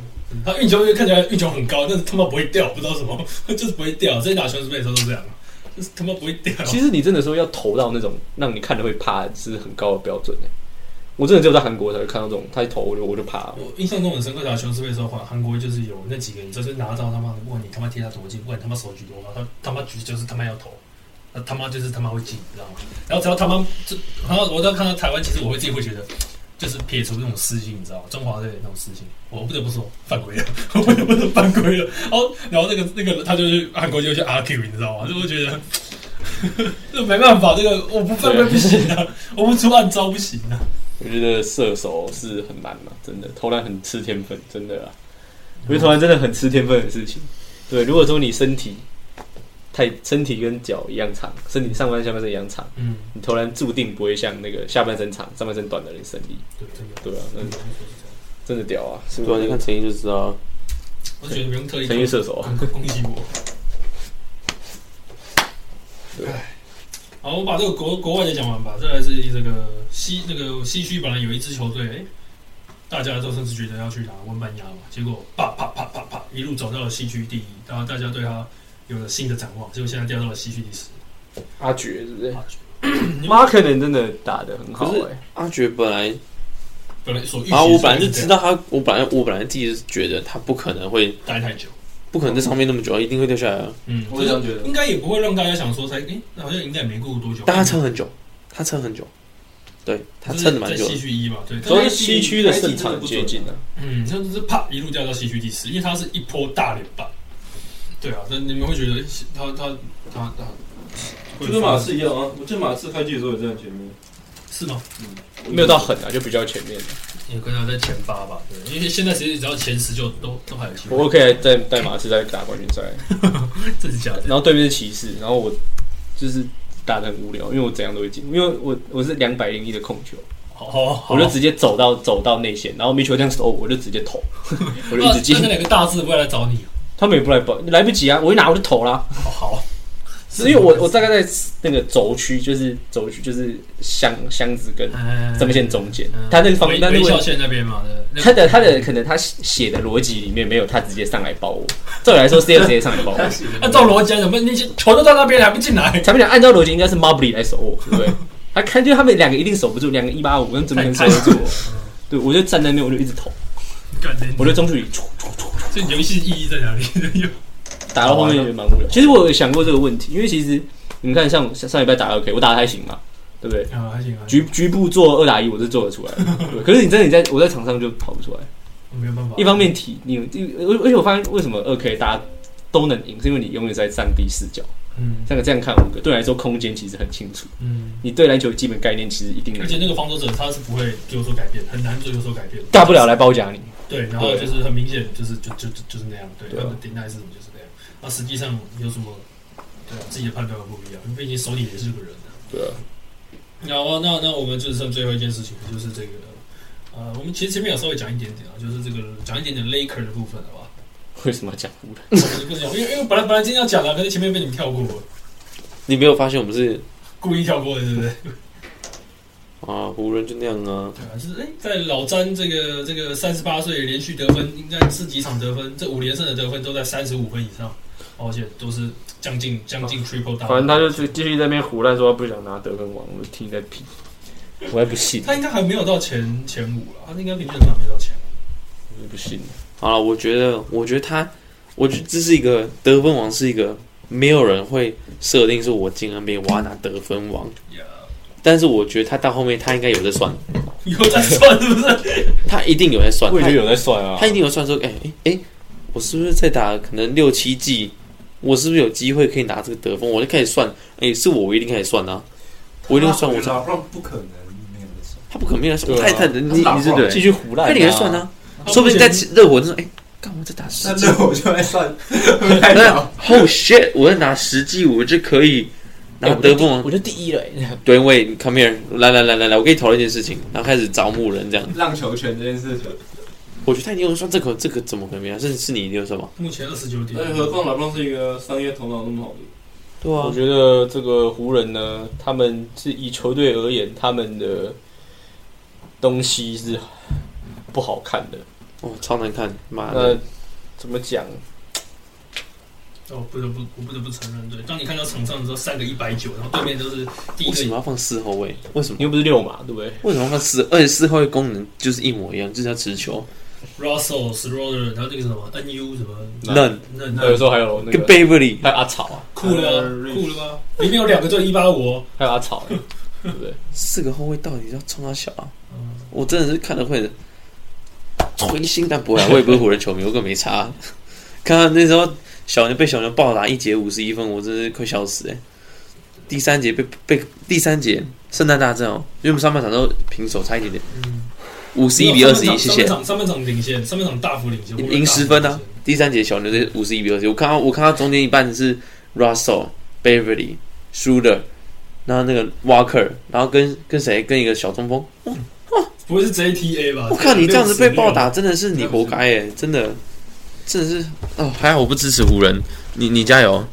他运球因为看起来运球很高，但是他妈不会掉，不知道什么， 就是不会掉。这打球是被时候都这样，就是他妈不会掉。
其实你真的说要投到那种让你看了会怕是很高的标准欸我真的只有在韩国才会看到这种，他一投我就我就怕了。
我印象中很深刻，打琼斯杯的时候，韩韩国就是有那几个，你就是拿到他妈的，不管你他妈贴他多近，不管你他妈手举多高，他他妈举就是他妈要投，那他妈就是他妈会进，你知道吗？然后只要他妈这，然后我当看到台湾，其实我会自己会觉得，就是撇除那种私心，你知道吗？中华队那种私心，我不得不说犯规了， 我不得不说犯规了。然后然后那个那个他就是韩国就去 argue，你知道吗？就会觉得。 这没办法，这个我不犯规不行啊，我不出暗招不行啊。
我觉得射手是很难的，真的投篮很吃天分，真的啊。我觉得投篮真的很吃天分的事情。对，如果说你身体太身体跟脚一样长，身体上半身下半身一样长，
嗯，
你投篮注定不会像那个下半身长、上半身短的人胜利。
对，真的，
对啊，那
真的。
真的屌啊！是
对啊，你看陈毅就知道，
我觉得不用特意
成语射手啊，
攻击我。
对
唉好，我把这个国国外的讲完吧。再来是这个西那个西区本来有一支球队，哎、大家都甚至觉得要去打温班亚嘛，结果啪啪啪啪啪一路走到了西区第一，然后大家对他有了新的展望，结果现在掉到了西区第十。
阿爵 是不是
啊
马可能真的打的很好
可是
哎、
阿爵本来啊
本来所预期，
啊，我本来就知道他，我本来我本来自己是觉得他不可能会
待太久，
不可能在上面那么久啊，一定会掉下来啊。
嗯，
我也这样觉得
应该也不会让大家想说才，诶，那好像应该也没过多久。
但他撑很久，他撑很久，对他撑的蛮
就是
久
在
的
西。区一嘛，对，
所以西区的胜场接近了，
嗯，像就是啪一路掉到西区第四，因为它是一波大连败。对啊，但你们会觉得他他他他，
就跟马刺一样啊，我记得马刺开季的时候也站在前面，
是吗？
没有到狠啊，就比较前面。
也可能在前八吧，对，因为现在其实只要前十就都都还有 机会。
我 OK 在带马刺在打冠军赛，
这是假的，
然后对面是骑士，然后我就是打的很无聊，因为我怎样都会进，因为我我是两百零一的控球，
好好好，
我就直接走到走到内线，然后米球这样投，我就直接投， 我就一直进
那，那两个大字不会来找你啊，
他们也不来保，来不及啊，我一拿我就投啦。
好好，
是因为我我大概在那个轴区，就是轴区就是箱箱子跟
哎
这么线中间
嗯，
他那个方
微
他那
微笑
个
线那边嘛，对 那个
他的他的可能他写的逻辑里面没有他直接上来包我，照理来说是要直接上来包我。
按照逻辑来讲，不，你球都到那边了还不进来，
他们讲按照逻辑应该是 Mobley 来守我，对不对？他看就他们两个一定守不住，两个一八五，那怎么能守得住我？对，我就站在那边，我就一直投，
感觉
我就中距离戳
这游戏意义在哪里？
打到后面也蛮无聊。其实我有想过这个问题，因为其实你看像上上礼拜打 OK，我打的还行嘛，对不对？
啊，还行啊，
局局部做二打一，我是做得出来的。对，可是你真的你在我在场上就跑不出来。
我没有办法，
一方面体你有，而而且我发现为什么二 K 大家都能赢，是因为你永远在上帝视角。
嗯
这个这样看五个，对我来说空间其实很清楚。
嗯，
你对篮球基本概念其实一定能
而且那个防守者他是不会有所改变，很难做有所改变，
大不了来包夹你。
对，然后就是很明显，就是就就就就是那样，对，他们顶耐是什么就是那样。那实际上有什么，对啊，自己的判断不一样，毕竟手里也是个人啊。
对啊，
那我那那我们就剩最后一件事情，就是这个，呃，我们其实前面有稍微讲一点点啊，就是这个讲一点点 Laker 的部分，好 吧？
为什么要讲湖人？
我们就不讲，因为因为本来本来今天要讲的，啊可是前面被你们跳过，
你没有发现我们是
故意跳过的，对不对？
啊，湖人就那样啊，
对啊，就是哎、在老詹这个这个三十八岁连续得分，应该是几场得分，这五连胜的得分都在三十五分以上，而且都是将近将近 triple double。
反正他就继续在那边胡乱说他不想拿得分王，我就听你在屁，我还不信，
他应该还没有到前前五了，他应该平均上还没有到前五。
我就不信。
好了，我觉得，我觉得他，我觉得这是一个得分王，是一个没有人会设定说我进 NBA 我要拿得分王，但是我觉得他到后面他应该有在算，
有在算是不是？
他一定有在算，
我也觉得
他
有在算啊
他。一定有算说，哎哎哎，我是不是在打可能六七季，我是不是有机会可以拿这个得分？我就开始算，哎，是我我一定开始算啊，我一定算我
拉布朗不可能没有在算，
他不可能没有算，
对啊
太太你你是
继
对，
续胡乱、啊，
他你还算啊，说不定在热火真的，哎，干我在打十
那
季
这我就在算，不太
那
好。
oh shit，我要拿十记，我就可以
哎
拿
我就
得分王。
我就第一了、 欸。
对，喂，come here，来来来来来，我跟你讨论一件事情，然后开始招募人这样。
浪球权这件事情，
我觉得他一定有算这个，这个怎么可能没有？是是你一定有算吗？
目前二十九点
而，且哎何况拉布朗是一个商业头脑那么好的人，
对
我，觉得这个湖人呢，他们是以球队而言，他们的东西是不好看的。
哦，超难看，妈
那
的，
怎么讲？
哦，不得不我不得不承认，对，当你看到场上的时候，三个一百九，然后对面都是第一
为什么
个，
要放四后卫？为什么？
你又不是六嘛，对不对？
为什么要放四？而且四后卫功能就是一模一样，就是要持球，
Russell、Schroeder，然后那个什么 NU 什么，
嫩
那
那有
那
时候还有那
跟
个，
Beverly
还有阿草啊，
酷了啊酷了吧？里面有两个队一八五，哦
还有阿草、欸，对不对？
四个后卫到底要冲他小啊？
嗯
我真的是看了会灰心，但不会啊，我也不是湖人球迷，我根本没差。啊 看到那时候小牛被小牛暴打一节五十一分，我真是快笑死哎、第三节被被第三节圣诞大战哦，因为我们上半场都平手，差一点点，
嗯。
五十一比二十一，谢谢。
上半场上半场领先，上半场大幅领先，
赢十分啊！第三节小牛队五十一比二十，我看到我看到中间一半是 Russell、Beverly、Shooter，然后那个 Walker，然后跟跟谁跟一个小中锋，
啊不会是 JTA 吧？
我靠，你这样子被暴打，真的是你活该哎！真的，真的是哦，还好我不支持湖人，你你加油，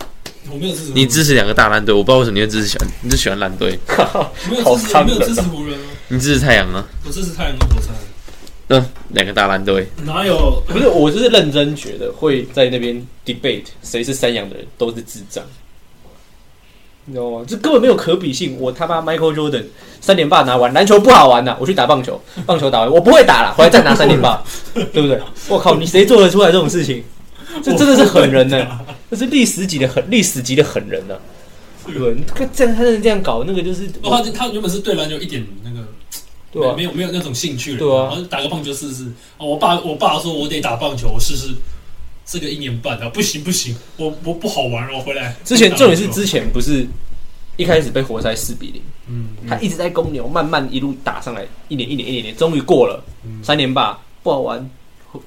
我没有支持，
你支持两个大烂队，我不知道为什么你会支持喜欢，你是喜欢烂队，
没有支持，没有支持湖人啊，
你支持太阳啊，
我支持太阳跟火柴，
嗯、两个大烂队，
哪有？
不是，我就是认真觉得会在那边 debate 谁是山羊的人都是智障，你知道吗？这根本没有可比性。我他妈 Michael Jordan 三连霸拿完，篮球不好玩呐、我去打棒球， 棒球打完我不会打了，回来再拿三连霸，对不对？我靠，你谁做得出来这种事情？这真的是狠人呢、这是历史级的狠，历史级的狠人呢、对，你看这样他能这样搞，那个就是
我发现他原本是对篮球一点那个
对啊
没，有没有那种兴趣了，
对啊
然后打个棒球试试。哦，我爸我爸说我得打棒球，我试试。这个一年半啊，不行不行，我我不好玩了，我回来。
之前重点是
自
之前不是一开始被活塞四比零，
嗯，
他一直在公牛慢慢一路打上来，一年一年一年一年，终于过了
嗯
三连霸，不好玩，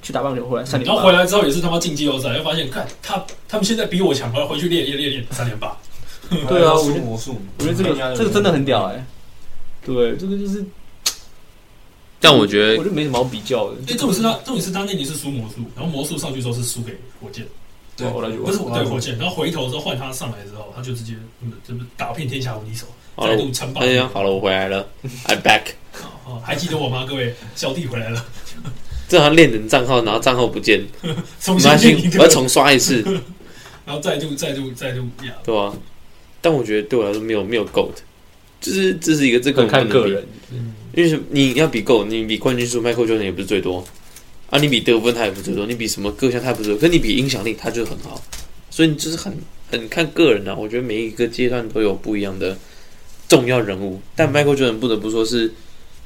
去打棒球回来三
然
连
后回
霸，
来之后也是他妈进季后赛，又发现看他他们现在比我强，我要回去练练练练三连霸。
对啊我
出
觉得
魔术，
我觉得这
人家
个这个真的很屌哎、对，这个就是
但我觉
我
得
觉得没什么好比较的。
哎，重点是他重点是他那年是输魔术，然后魔术上去之后是输给火箭，
对，
我来
不
哦
是对火箭，然后回头之后换他上来之后，他就直接嗯，这不打遍天下无敌手，
好
再
了
度称霸
哎。呀，好了，我回来了，I'm back。
哦，还记得我吗？各位，小弟回来了，
正常练成账号，然后账号不见，
重
没
新
关系
练你，这
我要
个，
重刷一次，
然后再度再度再度呀，
对吧、但我觉得对我来说没有没有 GOAT，就是这是一个这个
很看个人，
因为什么你要比 GOAT，你比冠军数 Michael Jordan 也不是最多啊，你比得分他也不是最多，你比什么各项他也不是最多，可你比影响力他就很好，所以你就是很很看个人啊。我觉得每一个阶段都有不一样的重要人物，但 Michael Jordan 不得不说是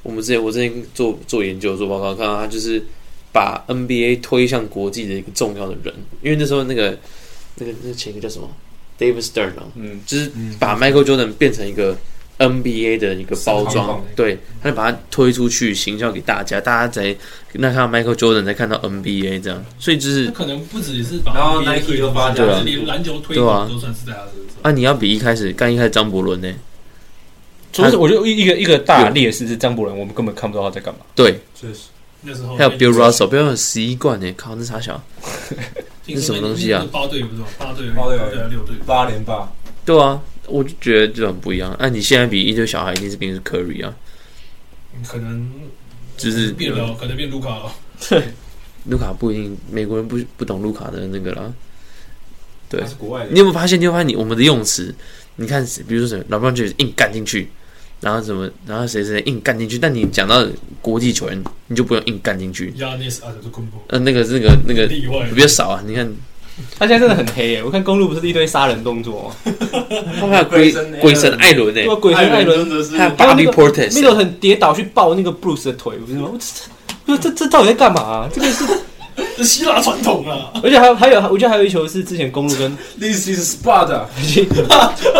我们之前我之前做做研究做报告看到他就是把 NBA 推向国际的一个重要的人，因为那时候那个那个那个前一个叫什么 David Stern 啊，
嗯，
就是把 Michael Jordan 变成一个 NBA 的一个包
商
装
行，
对，他就把它推出去行销给大家，大家才那看到 Michael Jordan 才看到 NBA 这样，所以就
那
是
可能不只是把
然后
NBA
Nike
推
就发
对啊
是连篮球推
对啊
广都算是在他身上。
啊，你要比一开始干一开始张伯伦呢，
主要是我觉得一个一个大劣势是张伯伦，我们根本看不到他在干嘛。
对，
确实，
那
哦
时候
还有 Bill Russell，Bill Russell 十一冠呢，欸靠，那啥小，
听
是
说
什么东西啊
那八队不是吗？八队而已，
八队而已
对啊，六队。
八连霸，
对啊，我就觉得这种不一样。那、你现在比一堆小孩，一定是比是 Curry 啊，
可能
就是
变了，可能变卢卡了。
卢卡不一定，美国人不不懂卢卡的那个啦。对
啊
他，是国外的
你，有没有发现？你有没有发现你我们的用词？你看，比如说什么，老布朗就是硬干进去，然后什么，然后谁谁硬干进去。但你讲到国际球员，你就不用硬干进去。
亚内斯啊，这昆 布
呃，那个、那个、那个
例外
比。较少啊。你看，
他现在真的很黑欸耶，我看公路不是一堆杀人动作吗，
他还有鬼鬼神艾伦呢、
对吧？鬼神艾伦
真的是
还有
还有那
Bobby
个
Portis，欸
没有很跌倒去抱那个 Bruce 的腿，不是吗？我这这这这到底在干嘛、啊？这个是，
这希腊传统啊！
而且还有还有，我觉得还有一球是之前公路跟哦
This is Sparta，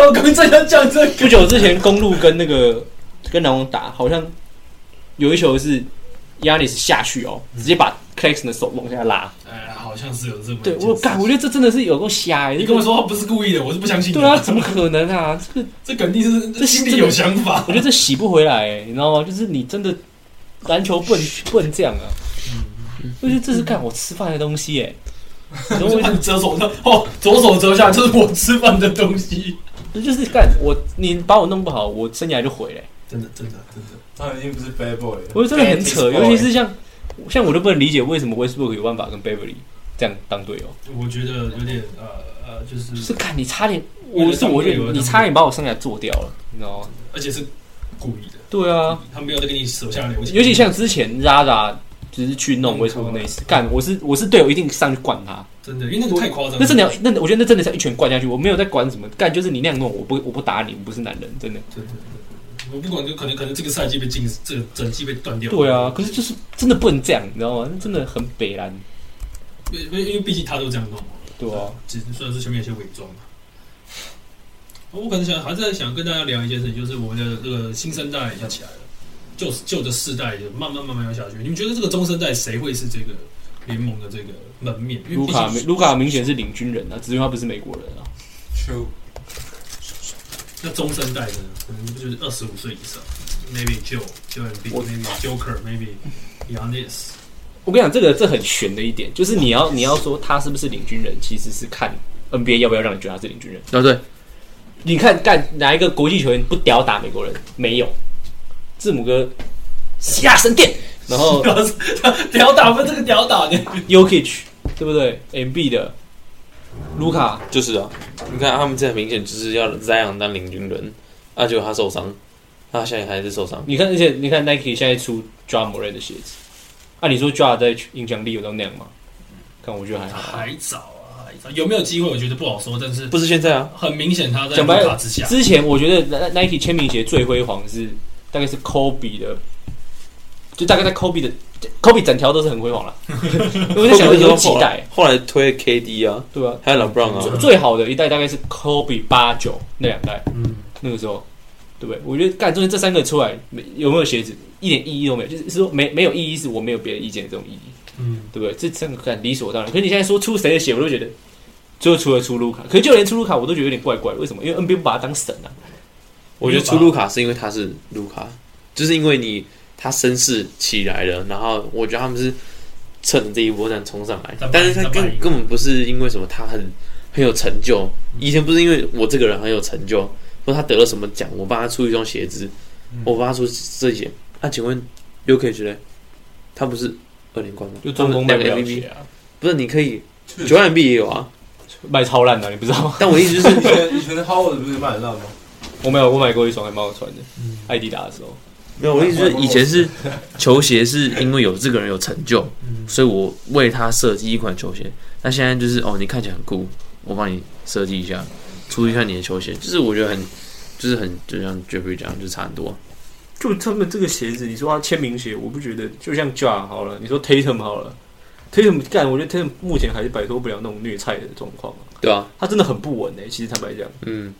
我刚才要讲这
不久之前公路跟那个跟篮网打，好像有一球是 Yanis 下去哦，直接把 Claxton 的手往下拉。
哎，好像是有这么一
对
件事
我感，我觉得这真的是有够瞎耶！
你跟我说他不是故意的，我是不相信
这
的。
个，对啊，怎么可能啊？这个
这肯定是
这
心里有想法
我。觉得这洗不回来欸耶，你知道吗？就是你真的篮球不能不能这样啊！我觉得这是干我吃饭的东西欸耶，你懂我意思
按折手 上，哦，左手折下就是我吃饭的东西。
吗？就是干我你把我弄不好，我生涯就毁了耶。
真的，真的，真的，
他已经不是 bad boy 了。
我觉得真的很
Bad
扯，
boy
尤其是像像我都不能理解为什么 Westbrook 有办法跟 Beverly 这样当队友。
我觉得有点呃呃，就是
是看你差点，
为了
我是我觉
当队
得
友
你差点把我生涯做掉了，你知道吗？
而且是故意的，
对啊，
他没有在给你手下留情。
尤其像之前 Rara 就是去弄威斯布鲁克那一次，干我是我是队友一定上去灌他，
真的，因为那个太夸张了。
那真的要那我觉得那真的是要一拳灌下去，我没有在管什么，干就是你那样弄，我不我不打你，我不是男人，真的。
真的，我不管，就可能可能这个赛季被禁，这个整季被断掉。
对啊，可是就是真的不能这样，你知道吗？那真的很北蓝，
因为因为毕竟他都这样弄嘛。
对啊，
只是虽然说前面有些伪装嘛。啊我可能想还在想跟大家聊一件事情，就是我们的这个新生代要起来了，旧旧的世代也慢慢慢慢要下去。你们觉得这个中生代谁会是这个联盟的这个门面？因为
卢
毕
卡
竟
卢卡明显是领军人啊，只是因为他不是美国人啊。
True，
那中生代的可能就是二十五岁以上，maybe Joe Joe and B
我
maybe Joker maybe Yanis。
我跟你讲，这个这很悬的一点，就是你要你要说他是不是领军人，其实是看 NBA 要不要让你觉得他是领军人。
哦对，
你看，干哪一个国际球员不屌打美国人？没有，字母哥希腊神殿，然 后
屌打分这个屌打的，
Yokich，对不对？MB 的卢卡，
就是啊，你看他们这很明显就是要 Zion 当领军人，啊，结果他受伤，他现在还是受伤，
你看，而且你看 Nike 现在出 Ja m o r a n 的鞋子，按、啊、理说 Ja 在影响力有到那样吗？看，我觉得还好啊。
还早啊。有没有机会我觉得不好说，但是
不是现在啊，
很明显他在
讲白
卢卡
了
之下，
之前我觉得 Nike 签名鞋最辉煌是大概是 Kobe 的，就大概在 Kobe 的 Kobe 整条都是很辉煌了。我在想
会
的
不会是
有
说
几
后
代
来，后来推 KD 啊，
对吧？
还有 LeBron
最
啊，
最好的一代大概是 Kobe 八九那两代，
嗯，
那个时候，对不对？我觉得干中间这三个出来，没有没有鞋子一点意义都没有，就是是说没没有意义，是我没有别的意见的这种意义，
嗯，
对不对？这三个很理所当然。可是你现在说出谁的鞋，我都觉得最后除了出卢卡，可是就连出卢卡我都觉得有点怪怪，为什么？因为 NBA 不把他当神啊，
我觉得出卢卡是因为他是卢卡，就是因为你他身世起来了，然后我觉得他们是趁着这一波战冲上来
再，
但是他
再摆一
根
个
根本不是因为什么他很很有成就，以前不是因为我这个人很有成就，或者他得了什么奖，我帮他出一双鞋子，
嗯
我帮他出这些，那、请问 u k 觉得他不是二连冠吗？
就中锋卖
两
不了
个 MVP
鞋啊，
不是你可以九万 B 也有啊，
卖超烂的、你不知道吗？
但我的意思就是
以前以前的 Howard 不是卖得烂吗？
我没有，我买过一双还蛮好穿的，艾迪达的时候，
没有，我的意思就是以前是球鞋是因为有这个人有成就，所以我为他设计一款球鞋。那现在就是哦，你看起来很酷，我帮你设计一下，出一下你的球鞋，就是我觉得很，就是很就像 Jeffrey 讲，就差很多。
就他们这个鞋子，你说他签名鞋，我不觉得，就像 Ja 好了，你说 Tatum 好了，Tatum 干，我觉得 Tatum 目前还是摆脱不了那种虐菜的状况啊，
对啊，
他真的很不稳诶、欸其实坦白讲，
嗯，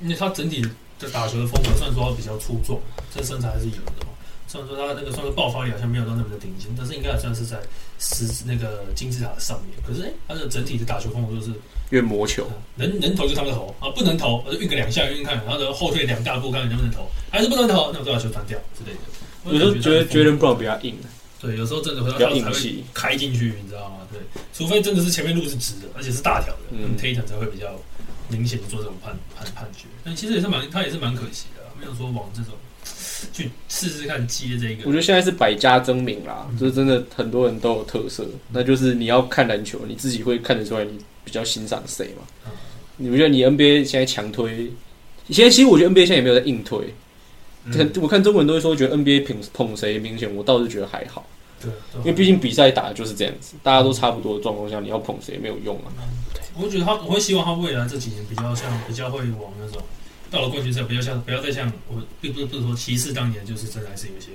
因为他整体的打球的风格虽然说比较粗壮，这身材还是有的嘛。虽然说他那个算是爆发力好像没有到那么的顶尖，但是应该也算是在十那个金字塔的上面。可是哎、他的整体的打球风格就是呃
越磨球，
能能投就他们投啊，不能投我就运个两下运运看，然后呢后退两大步看能不能投，还是不能投，那我就把球传掉之类的。
有时候觉得觉
得
得不 r 比较硬，
对，有时候真的回到
比
他
较
才
硬
会
气，
开进去，你知道吗？对，除非真的是前面路是直的，而且是大条的，嗯
嗯
，Tatum 才会比较明显地做这种判判判决。但其实也是蛮，他也是蛮可惜的啊，没有说往这种去试试看接这
我觉
个。
得现在是百家争鸣啦，
嗯
就是真的很多人都有特色，那就是你要看篮球，你自己会看得出来你比较欣赏谁嘛
嗯。
你不觉得你 NBA 现在强推？现在其实我觉得 NBA 现在也没有在硬推，看
嗯
我看中国人都会说觉得 NBA 捧捧谁明显，我倒是觉得还好，
对，
因
对啊
为毕竟比赛打的就是这样子，大家都差不多的状况下，你要捧谁没有用啊。
我觉得他，我会希望他未来这几年比较像，比较会往那种到了冠军赛，不要像不要再像我，并不是不是说骑士当年就是真的还是有一些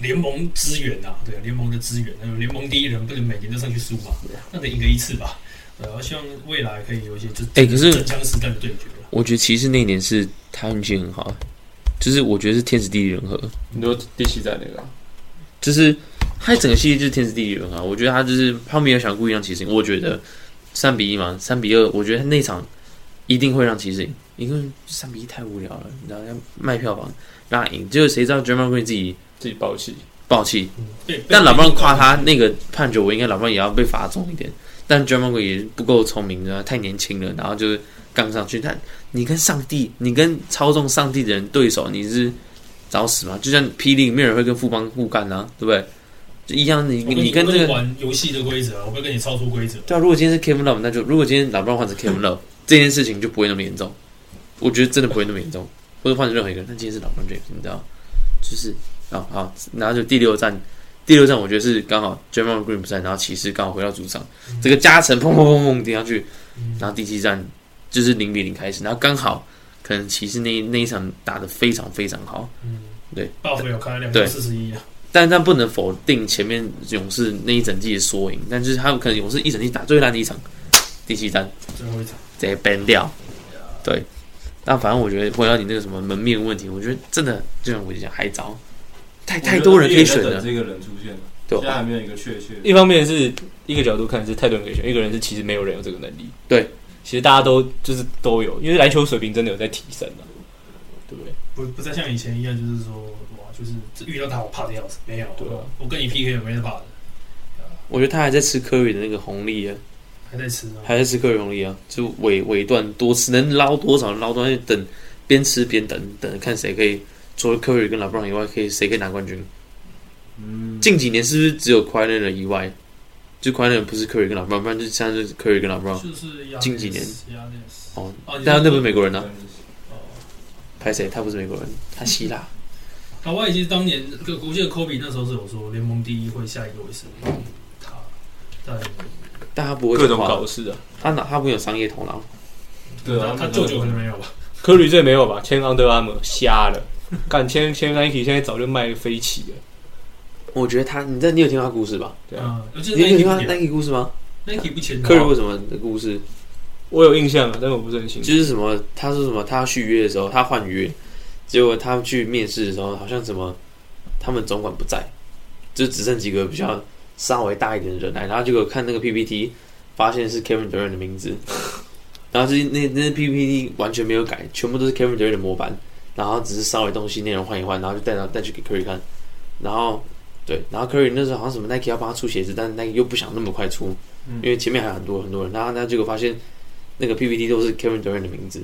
联盟资源啊，对啊联盟的资源，那种联盟第一人不能每年都上去输嘛，那得赢个一次吧。对啊，我希望未来可以有一些这
哎可是
真枪实弹的对决啊。
我觉得骑士那一年是他运气很好，就是我觉得是天时地利人和，
你说第七站那个、啊，
就是他整个系列就是天时地利人和。我觉得他就是他没有想故意让骑士赢，我觉得三比一嘛，三比二，我觉得他那场一定会让骑士赢，因为三比一太无聊了，你知道要卖票房让他赢，结果谁知道 j a m a l Green 自己
自己爆气，
爆气，
被
但老
帮
棒夸他那个判决，我应该老棒也要被罚重一点。但 j a m a l Green 也不够聪明的，太年轻了，然后就是杠上去。但你跟上帝，你跟操纵上帝的人对手，你是找死吗？就像霹雳，没有人会跟富邦互干啊，对不对？就一样，你
我跟
你跟这
我
个
玩游戏的规则，我不会跟你超出规则。
对啊，如果今天是 Kevin Love，那就如果今天老布朗换成 Kevin Love，这件事情就不会那么严重。我觉得真的不会那么严重，或者换成任何一个人。但今天是老布朗 James，你知道，就是啊好，然后就第六站，第六站我觉得是刚好 j a m a l Green 不在，然后骑士刚好回到主场，这个加成砰砰砰砰顶上去，然后第七站就是零比零开始，然后刚好可能骑士那那一场打得非常非常好，
报复有开两
嗯对
个四十一啊，
但但不能否定前面勇士那一整季的缩影，但就是他们可能勇士一整季打最烂的一场，第七站。
最后一场。
直接 ban 掉。对，但反正我觉得回到你那个什么门面问题，我觉得真的就像我讲还早，太太多人可以选
我觉得
了。
这个人出现了，
对
现在还没有一个确切。
一方面是一个角度看是太多人可以选，一个人是其实没有人有这个能力。
对，
其实大家都就是都有，因为篮球水平真的有在提升了、对不对？
不不再像以前一样，就是说哇，就是这遇到他我怕的要死，没有，
对啊
我跟你 PK 我没得怕的，
我觉得他还在吃科瑞的那个红利啊，
还在吃啊。
还在吃科瑞红利啊，就尾尾段多吃能捞多少捞多少，等边吃边等等看谁可以除了科瑞跟拉布朗以外，可以谁可以拿冠军。
嗯，
近几年是不是只有 q u i l e r 以外，就 q u i l e r 不是科瑞跟拉布朗，不然就现在就是科瑞跟拉布朗。
就是亚
近几年
亚内斯
哦，
哦，
但那不是
美
美国人啊，
哦，
拍谁？他不是美国人，他希腊。
卡哇伊其实当年，我记得科比那时候是有说联盟第一会下一个会是他，但
但他不会
各种
画
搞事啊。
他哪他没有商业头脑，
对啊
他，他舅舅可能没有吧，
科里这没有吧？签 Under Armour 瞎了，干签签 Nike 现在早就卖飞起了。
我觉得他，你这你有听过他故事吧？
对啊，
嗯，我记得
你有听过他
Nike 不签
Nike 故事吗？
，Nike 不签的
科瑞为什么的故事？
我有印象啊，但我不是很清楚。
就是什么，他说什么，他要续约的时候，他换约，结果他去面试的时候，好像什么，他们总管不在，就只剩几个比较稍微大一点的人来，然后结果看那个 PPT，发现是 Kevin Durant 的名字，然后就是那那 PPT 完全没有改，全部都是 Kevin Durant 的模板，然后只是稍微东西内容换一换，然后就带到带去给 Curry 看，然后对，然后 Curry 那时候好像什么 Nike 要帮他出鞋子，但 Nike 又不想那么快出，
嗯
因为前面还有很多很多人，然后那结果发现那个 PPT 都是 Kevin Durant 的名字，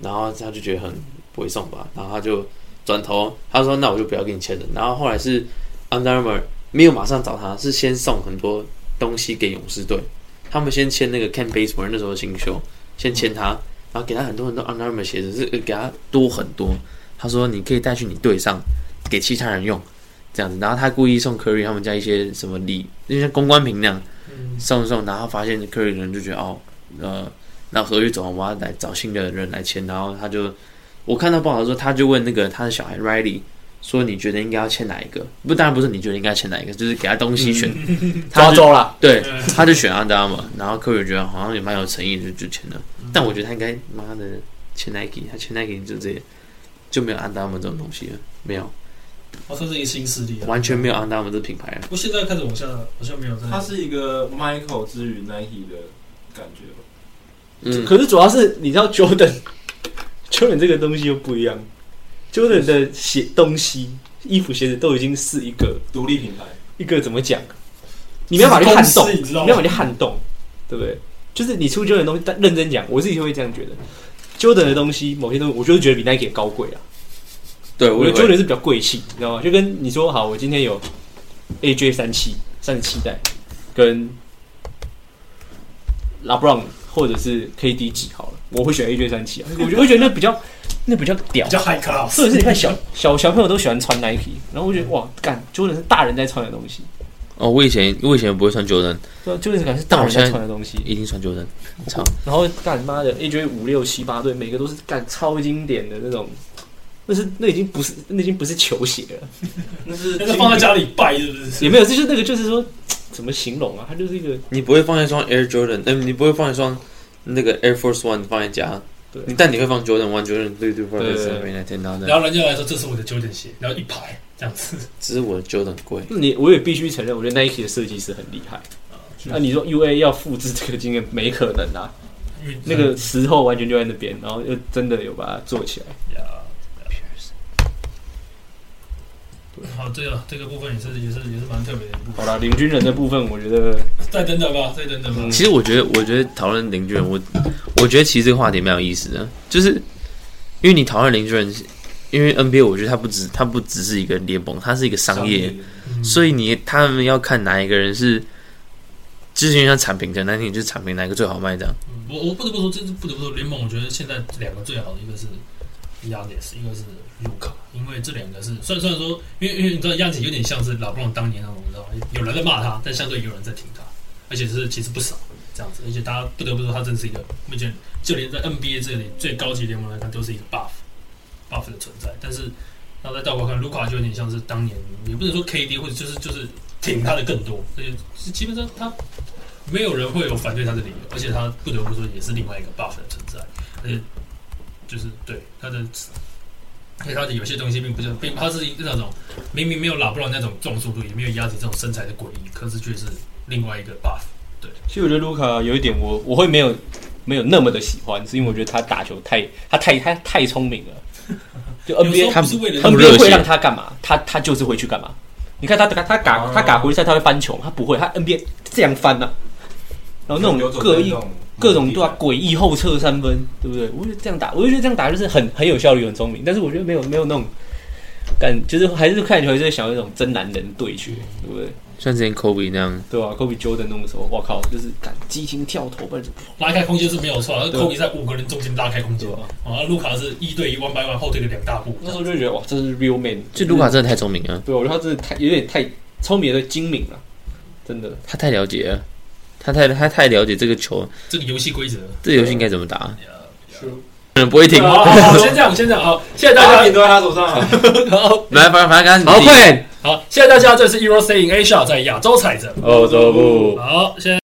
然后他就觉得很不会送吧，然后他就转头他说那我就不要跟你签了，然后后来是 Under Armour 没有马上找他，是先送很多东西给勇士队，他们先签那个 Ken Basemore 那时候的新秀，先签他，然后给他很多很多 Under Armour 鞋子，是给他多很多，他说你可以带去你队上给其他人用。这样子，然后他故意送 Curry 他们家一些什么礼，就像公关品那样，
嗯
送一送，然后发现 Curry 的人就觉得哦，呃，那合约走完，我要来找新的人来签，然后他就我看到报道说，他就问那个他的小孩 Riley 说，你觉得应该要签哪一个？不，当然不是你觉得应该签哪一个，就是给他东西选，
嗯
他
抓
就
周啦，
对，他就选 Under Armour，然后 Curry 觉得好像也蛮有诚意的，就就签了。
嗯
但我觉得他应该妈的签 Nike，他签 Nike 就这些就没有 Under Armour 这种东西了，没有，
他哦算是一个新势
嗯
力啊，
完全没有 Under Armour 这品牌了。
不过现在开始往下好像没有在，
他是一个 Michael 之于 Nike 的感觉吧。
嗯，
可是主要是你知道 Jordan，Jordan 这个东西又不一样，Jordan 的鞋东西、衣服、鞋子都已经是一个
独立品牌，
一个怎么讲？你没有把它撼动，
公司你知道吗
没有把它撼动，对不对？就是你出 Jordan 的东西，但认真讲，我自己就会这样觉得。Jordan 的东西，某些东西，我就是觉得比 Nike 高贵啊。
对，
我
我
觉
也
得
会
Jordan 是比较贵气，你知道吗？就跟你说，好，我今天有 AJ 三七三十七代，跟 LeBron 或者是 KD 几好了，我会选 AJ 三七啊，我就会觉得那比较那比较屌
比。较 high class，
或者是你看小小小朋友都喜欢穿 Nike，然后我觉得哇，干 Jordan 是大人在穿的东西，
哦，我以前我以前不会穿 Jordan，
对啊，Jordan 感觉是大人在穿的东西。
一定穿 Jordan，操。
然后干妈的 AJ 五六七八对，每个都是干超经典的那种，那是那已经不是那已经不是球鞋了。
那是
但是放在家里拜是不是？
也没有，就是那个，就是说，怎么形容啊？它就是一个，
你不会放一双 Air Jordan，嗯、你不会放一双那个 Air Force One 放在家，
对
你但你会放 Jordan One、Jordan Two、Two Four
对对
t h
对
r 那天到
然
的，
后人家来说这是我的九点鞋，然后一排这样子，
只是我的 Jordan 贵。
你我也必须承认，我觉得 Nike 的设计师很厉害。
啊
那、你说 UA 要复制这个经验，没可能 啊！
因为
那个时候完全就在那边，然后又真的有把它做起来。
呀。好，对了，这个部分也是也是也是蛮特别的一部
好
分。
啦，领军人的部分，我觉得
再等等吧，再等等吧。
嗯其实我觉得，我觉得讨论邻居人，我我觉得其实这个话题蛮有意思的，就是因为你讨论邻居人，因为 NBA 我觉得它不只它不只是一个联盟，它是一个商业，
嗯
所以你他们要看哪一个人是，之前像产品，可能那你就是产品哪一个最好卖这样。
嗯我我不得不说，真是不得不说，联盟我觉得现在两个最好的，一个是 Yanis，一个是卢卡，因为这两个是虽然虽然说，因为因为你知道 Yanis 有点像是老布朗当年那种，你知道吗？有人在骂他，但相对也有人在挺他，而且是其实不少这样子，而且大家不得不说，他真是一个目前就连在 NBA 这里最高级联盟来看，都是一个 buff buff 的存在。但是那在倒过来看，卢卡就有点像是当年，也不能说 KD 或者就是就是挺他的更多，所以基本上他没有人会有反对他的理由，而且他不得不说也是另外一个 buff 的存在，而且就是对他的，而且他的有些东西并不是，并他是那种明明没有拉布朗那种重速度，也没有压制这种身材的诡异，可是却是另外一个 buff。
其实我觉得卢卡有一点我，我会没有没有那么的喜欢，是因为我觉得他打球太他太他太聪明了， 就
有时
NBA
候不是为了
他们
NBA
热血
会让他干嘛？他他就是会去干嘛？你看他他他打他打国际赛他会翻球，他不会，他 NBA 这样翻呐、然后那种各异各种对啊诡异后撤三分，对不对？我就这样打，我就觉得这样打就是很很有效率、很聪明，但是我觉得没有没有那种感，就是还是看球就是想要那种真男人对决，对不对？
像之前 Kobe 那样，
对吧、科比 Jordan 那种时候，我靠，就是敢激情跳投，不然就
拉开空间是没有错，而
对
科比在五个人中间拉开空间
对，吧、
啊，卢卡是一对一 one by one 后退的两大步，
那时候就觉得哇，这是 real man，
就卢卡真的太聪明了，
对，我觉得他真的太有点太聪明的精明了，真的。
他太了解了。他太他太了解这个球，
这个游戏规则。
这个游戏应该怎么打，
True
可能不会 停。
好好好，先这样，先这样，好，谢谢大
大
家
饼。都在他手上啊。
好，
来，反正反正刚刚
好，
你自己
快点！
好，谢谢大家，这是 Euro Stay in Asia 在亚洲踩着。
欧洲步。
好，现在。